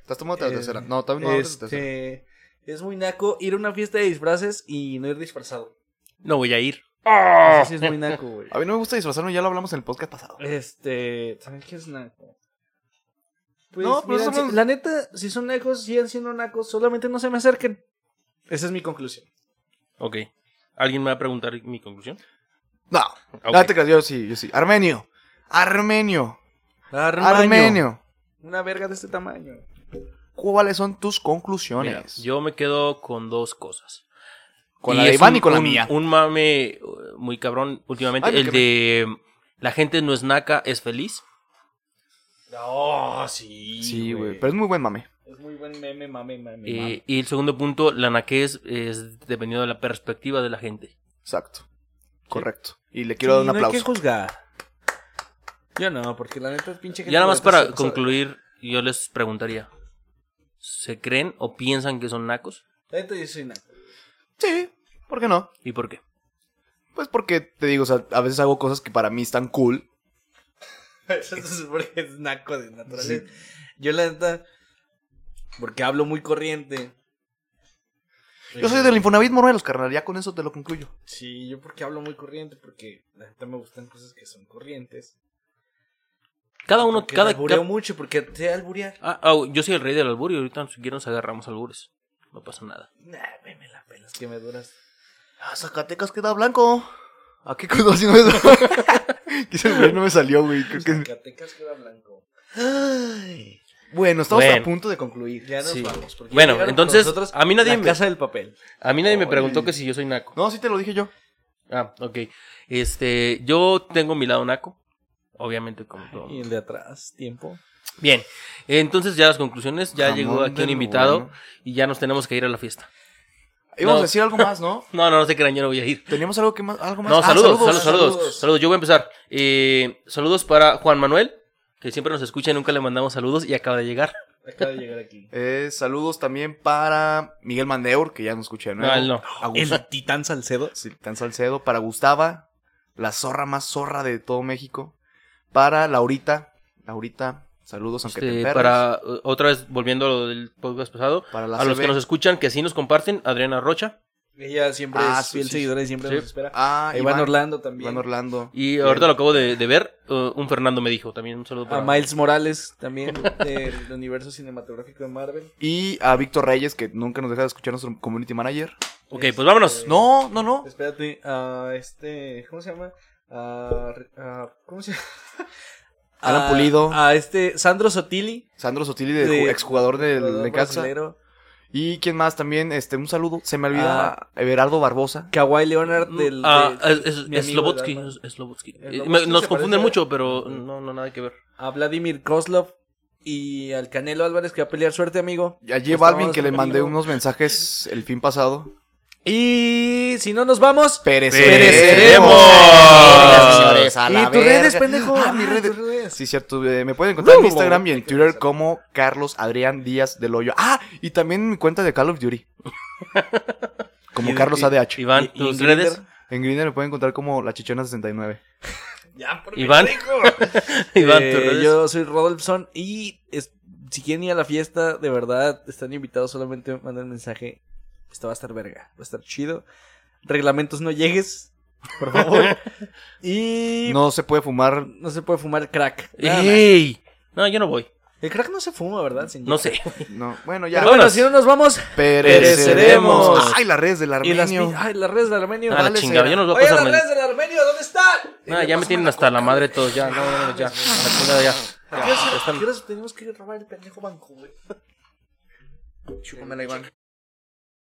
B: Estás tomando la
A: Eh,
B: tercera. No, también no.
A: Este,
B: la tercera.
A: es muy naco ir a una fiesta de disfraces y no ir disfrazado.
C: No voy a ir.
A: Eso sí es muy
B: (laughs)
A: naco, güey.
B: A mí no me gusta disfrazarme, ya lo hablamos en el podcast pasado.
A: Este, ¿saben qué es naco? Pues,
B: No, pero
A: mira,
B: somos-
A: si- la neta, si son nacos, siguen siendo nacos, solamente no se me acerquen. Esa es mi conclusión.
C: Ok. ¿Alguien me va a preguntar mi conclusión?
B: No,
C: Ok.
B: no te creas, yo sí, yo sí. Armenio. Armenio. Armenio.
A: Una verga de este tamaño.
B: ¿Cuáles son tus
C: Mira,
B: conclusiones?
C: yo me quedo con dos cosas.
B: con la de
C: es
B: Iván
C: un-
B: y con la
C: un-
B: mía. Ah,
C: Un mame eh, muy cabrón últimamente.
B: Ay, me
C: el de mm, la gente no es naca, es feliz.
A: No, sí.
B: sí, güey. Pero es muy buen mame.
A: Es muy buen meme, mame, mame.
C: Eh,
A: mame.
C: y el segundo punto, la naquez es dependiendo de la perspectiva de la gente.
B: Exacto. Correcto. Y le quiero
A: Sí,
B: dar un
A: No hay que
B: aplauso.
A: juzgar. Yo no, porque la neta es pinche gente
C: Ya nada más
A: la neta
C: para
A: se pasa de-
C: concluir, yo les preguntaría, ¿se creen o piensan que son nacos?
A: La neta yo soy naco. (laughs)
B: sí, ¿por qué no?
C: ¿Y por qué?
B: Pues porque te digo, o sea, a veces hago cosas que para mí están cool.
A: Eso se supone que es naco de naturaleza. Yo la neta, porque hablo muy corriente.
B: Yo soy del Infonavit Morelos, carnal. Ya con eso te lo concluyo.
A: Sí, yo porque hablo muy corriente, porque la neta me gustan cosas que son corrientes.
C: Cada uno,
A: Ah, Porque
C: cada...
A: albureo
C: cada-
A: mucho, porque sé alburear.
C: Ah, ah, yo soy el rey del alburio, ahorita si quieren nos agarramos albures. No pasa nada.
A: Nah, güey, me la pelas que me duras.
B: Ah, Zacatecas queda blanco. ¿A qué cosa si no (laughs) me- Quise güey, no me salió, güey. Creo que...
A: Zacatecas queda blanco.
B: Bueno, estamos
C: Bueno.
B: a punto de concluir.
A: Ya nos
C: Sí.
A: vamos. porque ya
C: Bueno,
A: llegaron
C: entonces,
A: con nosotros
C: a mí nadie
A: la
C: me-
A: casa del papel.
C: A mí nadie me
B: Oye.
C: preguntó que si yo soy naco.
B: No, sí te lo dije yo.
C: Ah, ok. Este, yo tengo mi lado naco. Obviamente, como todo.
A: Y el de atrás, tiempo.
C: Bien, entonces ya las conclusiones. Ya
B: Jamón
C: llegó aquí
B: del
C: un invitado
B: bueno.
C: y ya nos tenemos que ir a la fiesta.
B: Íbamos
C: No.
B: a decir algo más, ¿no?
C: No, no, no se crean, yo no voy a ir.
B: Teníamos algo que más. Algo más?
C: No,
B: Ah,
C: saludos, saludos, saludos,
A: saludos.
C: saludos, Yo voy a empezar. Eh, saludos para Juan Manuel, que siempre nos escucha y nunca le mandamos saludos y acaba de llegar.
A: Acaba de llegar aquí.
B: Eh, saludos también para Miguel Mandeur, que ya nos escuché de nuevo.
C: No, él no.
B: A Gus-
A: (laughs) El titán Salcedo.
B: Sultán Salcedo, para Gustava, la zorra más zorra de todo México, para Laurita, Laurita, saludos aunque te
C: Este,
B: emperres,
C: para eh, otra vez, volviendo a lo del podcast pasado,
B: para la
C: a los
B: CB.
C: que nos escuchan, que sí nos comparten, Adriana Rocha.
A: Ella siempre
B: Ah,
A: es
B: sí,
A: fiel
B: sí.
A: seguidora y siempre
C: Sí.
A: nos espera.
B: Ah,
A: Iván, Orlando también.
B: Iván Orlando.
C: Y
B: Bien.
C: ahorita lo acabo de, de ver, eh, un Fernando me dijo también. Un saludo
A: A
C: para
A: Ah, Miles Morales también del (laughs) universo cinematográfico de Marvel.
B: Y a Víctor Reyes, que nunca nos deja de escuchar nuestro community manager.
C: Ok, pues
A: Eh,
C: vámonos.
B: No, no, no.
A: Espérate, a este, ¿cómo se llama? A, re- a- ¿Cómo se llama?
B: Alan
A: A-
B: Pulido.
A: A este, Sandro Sotili.
B: Sandro Sotili, de,
A: De-
B: exjugador del
A: jugador
B: Necaxa.
A: brasileño.
B: Y quién más también, este, un saludo. Se me olvida Everardo Barbosa.
A: Kawhi Leonard del.
C: Ah,
A: de-
C: es- es-
A: mi amigo
C: Slobotsky,
A: del alma.
C: es- es Slobotsky. Eh,
A: Slobotsky
C: me-
A: se
C: Nos
A: parece
C: confunden
A: a-
C: mucho, pero no, no, nada que ver.
A: A Vladimir Kozlov y al Canelo Álvarez que va a pelear suerte, amigo.
B: Y a J Balvin, que le mandé unos mensajes el fin pasado.
A: Y si no nos vamos.
B: ¡Pereceremos!
A: ¡Pereceremos!
B: Gracias, señores, a
A: y
B: la
A: tus redes,
B: verga.
A: pendejo.
B: Ah, mis
A: Ah,
B: redes.
A: tus redes.
B: Sí, cierto. eh, me pueden encontrar en
A: Uh,
B: Instagram y en
A: qué
B: Twitter
A: cosa.
B: como Carlos Adrián Díaz del Hoyo. Ah, y también mi cuenta de Call of
A: (laughs)
B: Duty. Como
A: Y-
B: Carlos
A: y-
B: ADH.
C: Iván,
A: ¿Y- y
C: tus
A: en
C: redes.
A: Grindr?
B: En Grindr me pueden encontrar como La Chichona 69.
A: Ya, por
C: Iván.
A: pendejo.
C: (laughs) (laughs) Iván,
A: Eh,
C: tus redes.
A: Yo soy Rodolfson y es- si quieren ir a la fiesta, de verdad, están invitados, solamente manden mensaje. Esto va a estar verga, va a estar chido. Reglamentos no llegues, por
C: (laughs)
A: favor. y no.
B: No se puede fumar.
A: se puede fumar crack. Nada más.
C: ¡Ey! No, yo no voy.
A: El crack no se fuma, ¿verdad? Se
C: No
A: inyecta.
C: sé.
B: No. Bueno, ya.
A: Pero bueno,
C: Vámonos.
A: si no nos vamos.
B: Pereceremos.
A: pereceremos.
B: Ay, las redes del
A: Y las,
B: armenio.
A: pi- ay, las redes del armenio.
C: A la
A: Vale,
C: chingada,
A: será.
C: yo no los voy a
A: Oye,
C: pasar
A: las
C: nada.
A: redes del armenio, ¿dónde están?
C: Nah, ya me tienen hasta la madre todos. Ya, no, no, no, ya. A la chingada, ya.
A: ¿A qué horas- a qué horas tenemos que robar el pendejo banco, güey? Chúpamela, Iván.